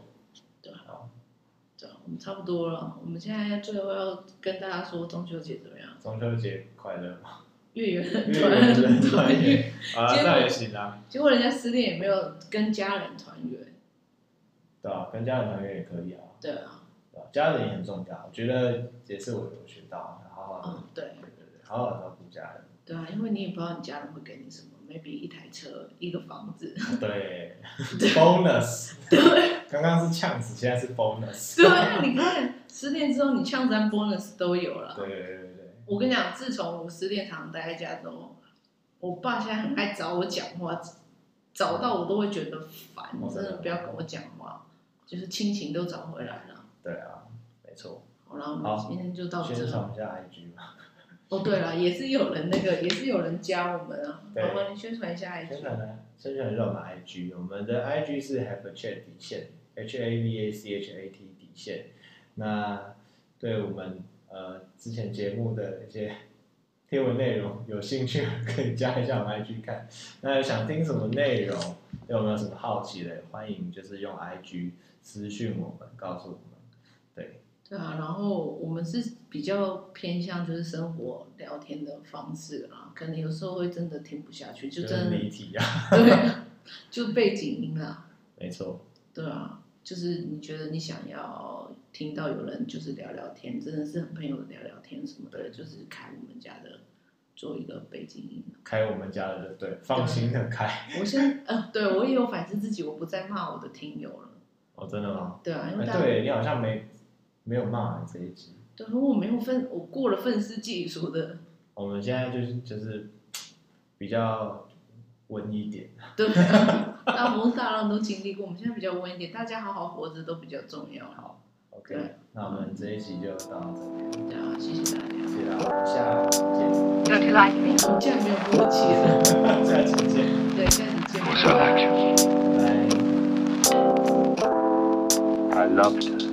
[SPEAKER 1] 对啊，我们差不多了。我们现在最后要跟大家说中秋节怎么样？
[SPEAKER 2] 中秋节快乐嘛！
[SPEAKER 1] 月圆
[SPEAKER 2] 月圆
[SPEAKER 1] 团团
[SPEAKER 2] 人团
[SPEAKER 1] 圆，
[SPEAKER 2] 圆啊，
[SPEAKER 1] 结果
[SPEAKER 2] 那也行啊，
[SPEAKER 1] 结果人家失恋也没有跟家人团圆。
[SPEAKER 2] 对吧、跟家人团圆也可以啊，
[SPEAKER 1] 对啊，
[SPEAKER 2] 对吧、家人也很重要，我觉得也是我有学到，然后好
[SPEAKER 1] 嗯
[SPEAKER 2] 地，
[SPEAKER 1] 对。
[SPEAKER 2] 对对对，好好照顾家 人，
[SPEAKER 1] 对啊，因为你也不知道你家人会给你什么，maybe 一台车、一个房子，
[SPEAKER 2] 对，bonus，刚刚是呛死，现在是 bonus，
[SPEAKER 1] 对啊，你看失恋之后，你呛三 bonus 都有了。
[SPEAKER 2] 对对对对对，
[SPEAKER 1] 我跟你讲，自从我失恋常常待在家之后，我爸现在很爱找我讲话，找到我都会觉得烦，
[SPEAKER 2] 哦
[SPEAKER 1] 真
[SPEAKER 2] 真
[SPEAKER 1] 的
[SPEAKER 2] 的
[SPEAKER 1] 不要跟我讲话，就是亲情都找回来了。
[SPEAKER 2] 对啊，没错，
[SPEAKER 1] 好了，我们
[SPEAKER 2] 好
[SPEAKER 1] 今天就到这
[SPEAKER 2] 宣。传一下 IG 吧，
[SPEAKER 1] 哦，对了，也是有人那个，也是有人加我们啊。
[SPEAKER 2] 对
[SPEAKER 1] 好吗？你宣传一下
[SPEAKER 2] 宣
[SPEAKER 1] IG。
[SPEAKER 2] 传呢，宣传一下我们 IG，我们的 IG 是 have a chat 底线，H A V A C H A T 底线。那对我们呃之前节目的一些 贴文内容有兴趣，可以加一下我们 IG 看。那想听什么内容，对我们有什么好奇的，欢迎就是用 IG 私讯我们，告诉我们。对，
[SPEAKER 1] 对啊，然后我们是比较偏向就是生活聊天的方式啊，可能有时候会真的听不下去，就
[SPEAKER 2] 就是
[SPEAKER 1] 真的
[SPEAKER 2] 离题啊，
[SPEAKER 1] 对 啊，就背景音啦，
[SPEAKER 2] 没错，
[SPEAKER 1] 对啊，就是你觉得你想要听到有人就是聊聊天，真的是很朋友的聊聊天什么的，就是开我们家的做一个背景音。
[SPEAKER 2] 开我们家的就对，放心的开。
[SPEAKER 1] 我先呃，对我也有反思自己，我不再骂我的听友了。
[SPEAKER 2] 哦，真的吗？
[SPEAKER 1] 对啊，因为
[SPEAKER 2] 哎
[SPEAKER 1] 大家、
[SPEAKER 2] 对你好像没没有骂你这一集。
[SPEAKER 1] 对，我没有分，我过了愤世嫉俗的，
[SPEAKER 2] 我们现在就是就是比较温一点，
[SPEAKER 1] 对啊，大风大浪都经历过，我们现在比较温一点，大家好好活着都比较重要。好，
[SPEAKER 2] OK，
[SPEAKER 1] 对
[SPEAKER 2] 那我们这一集就到这边，
[SPEAKER 1] 对啊，谢谢大家。
[SPEAKER 2] 谢谢大家，我们下期见，
[SPEAKER 3] Don't you like me?
[SPEAKER 1] 我们竟然没有默契了，
[SPEAKER 2] 下期见，
[SPEAKER 1] 对，下次见。
[SPEAKER 4] Of course I like you.
[SPEAKER 2] 拜拜。
[SPEAKER 4] I loved her.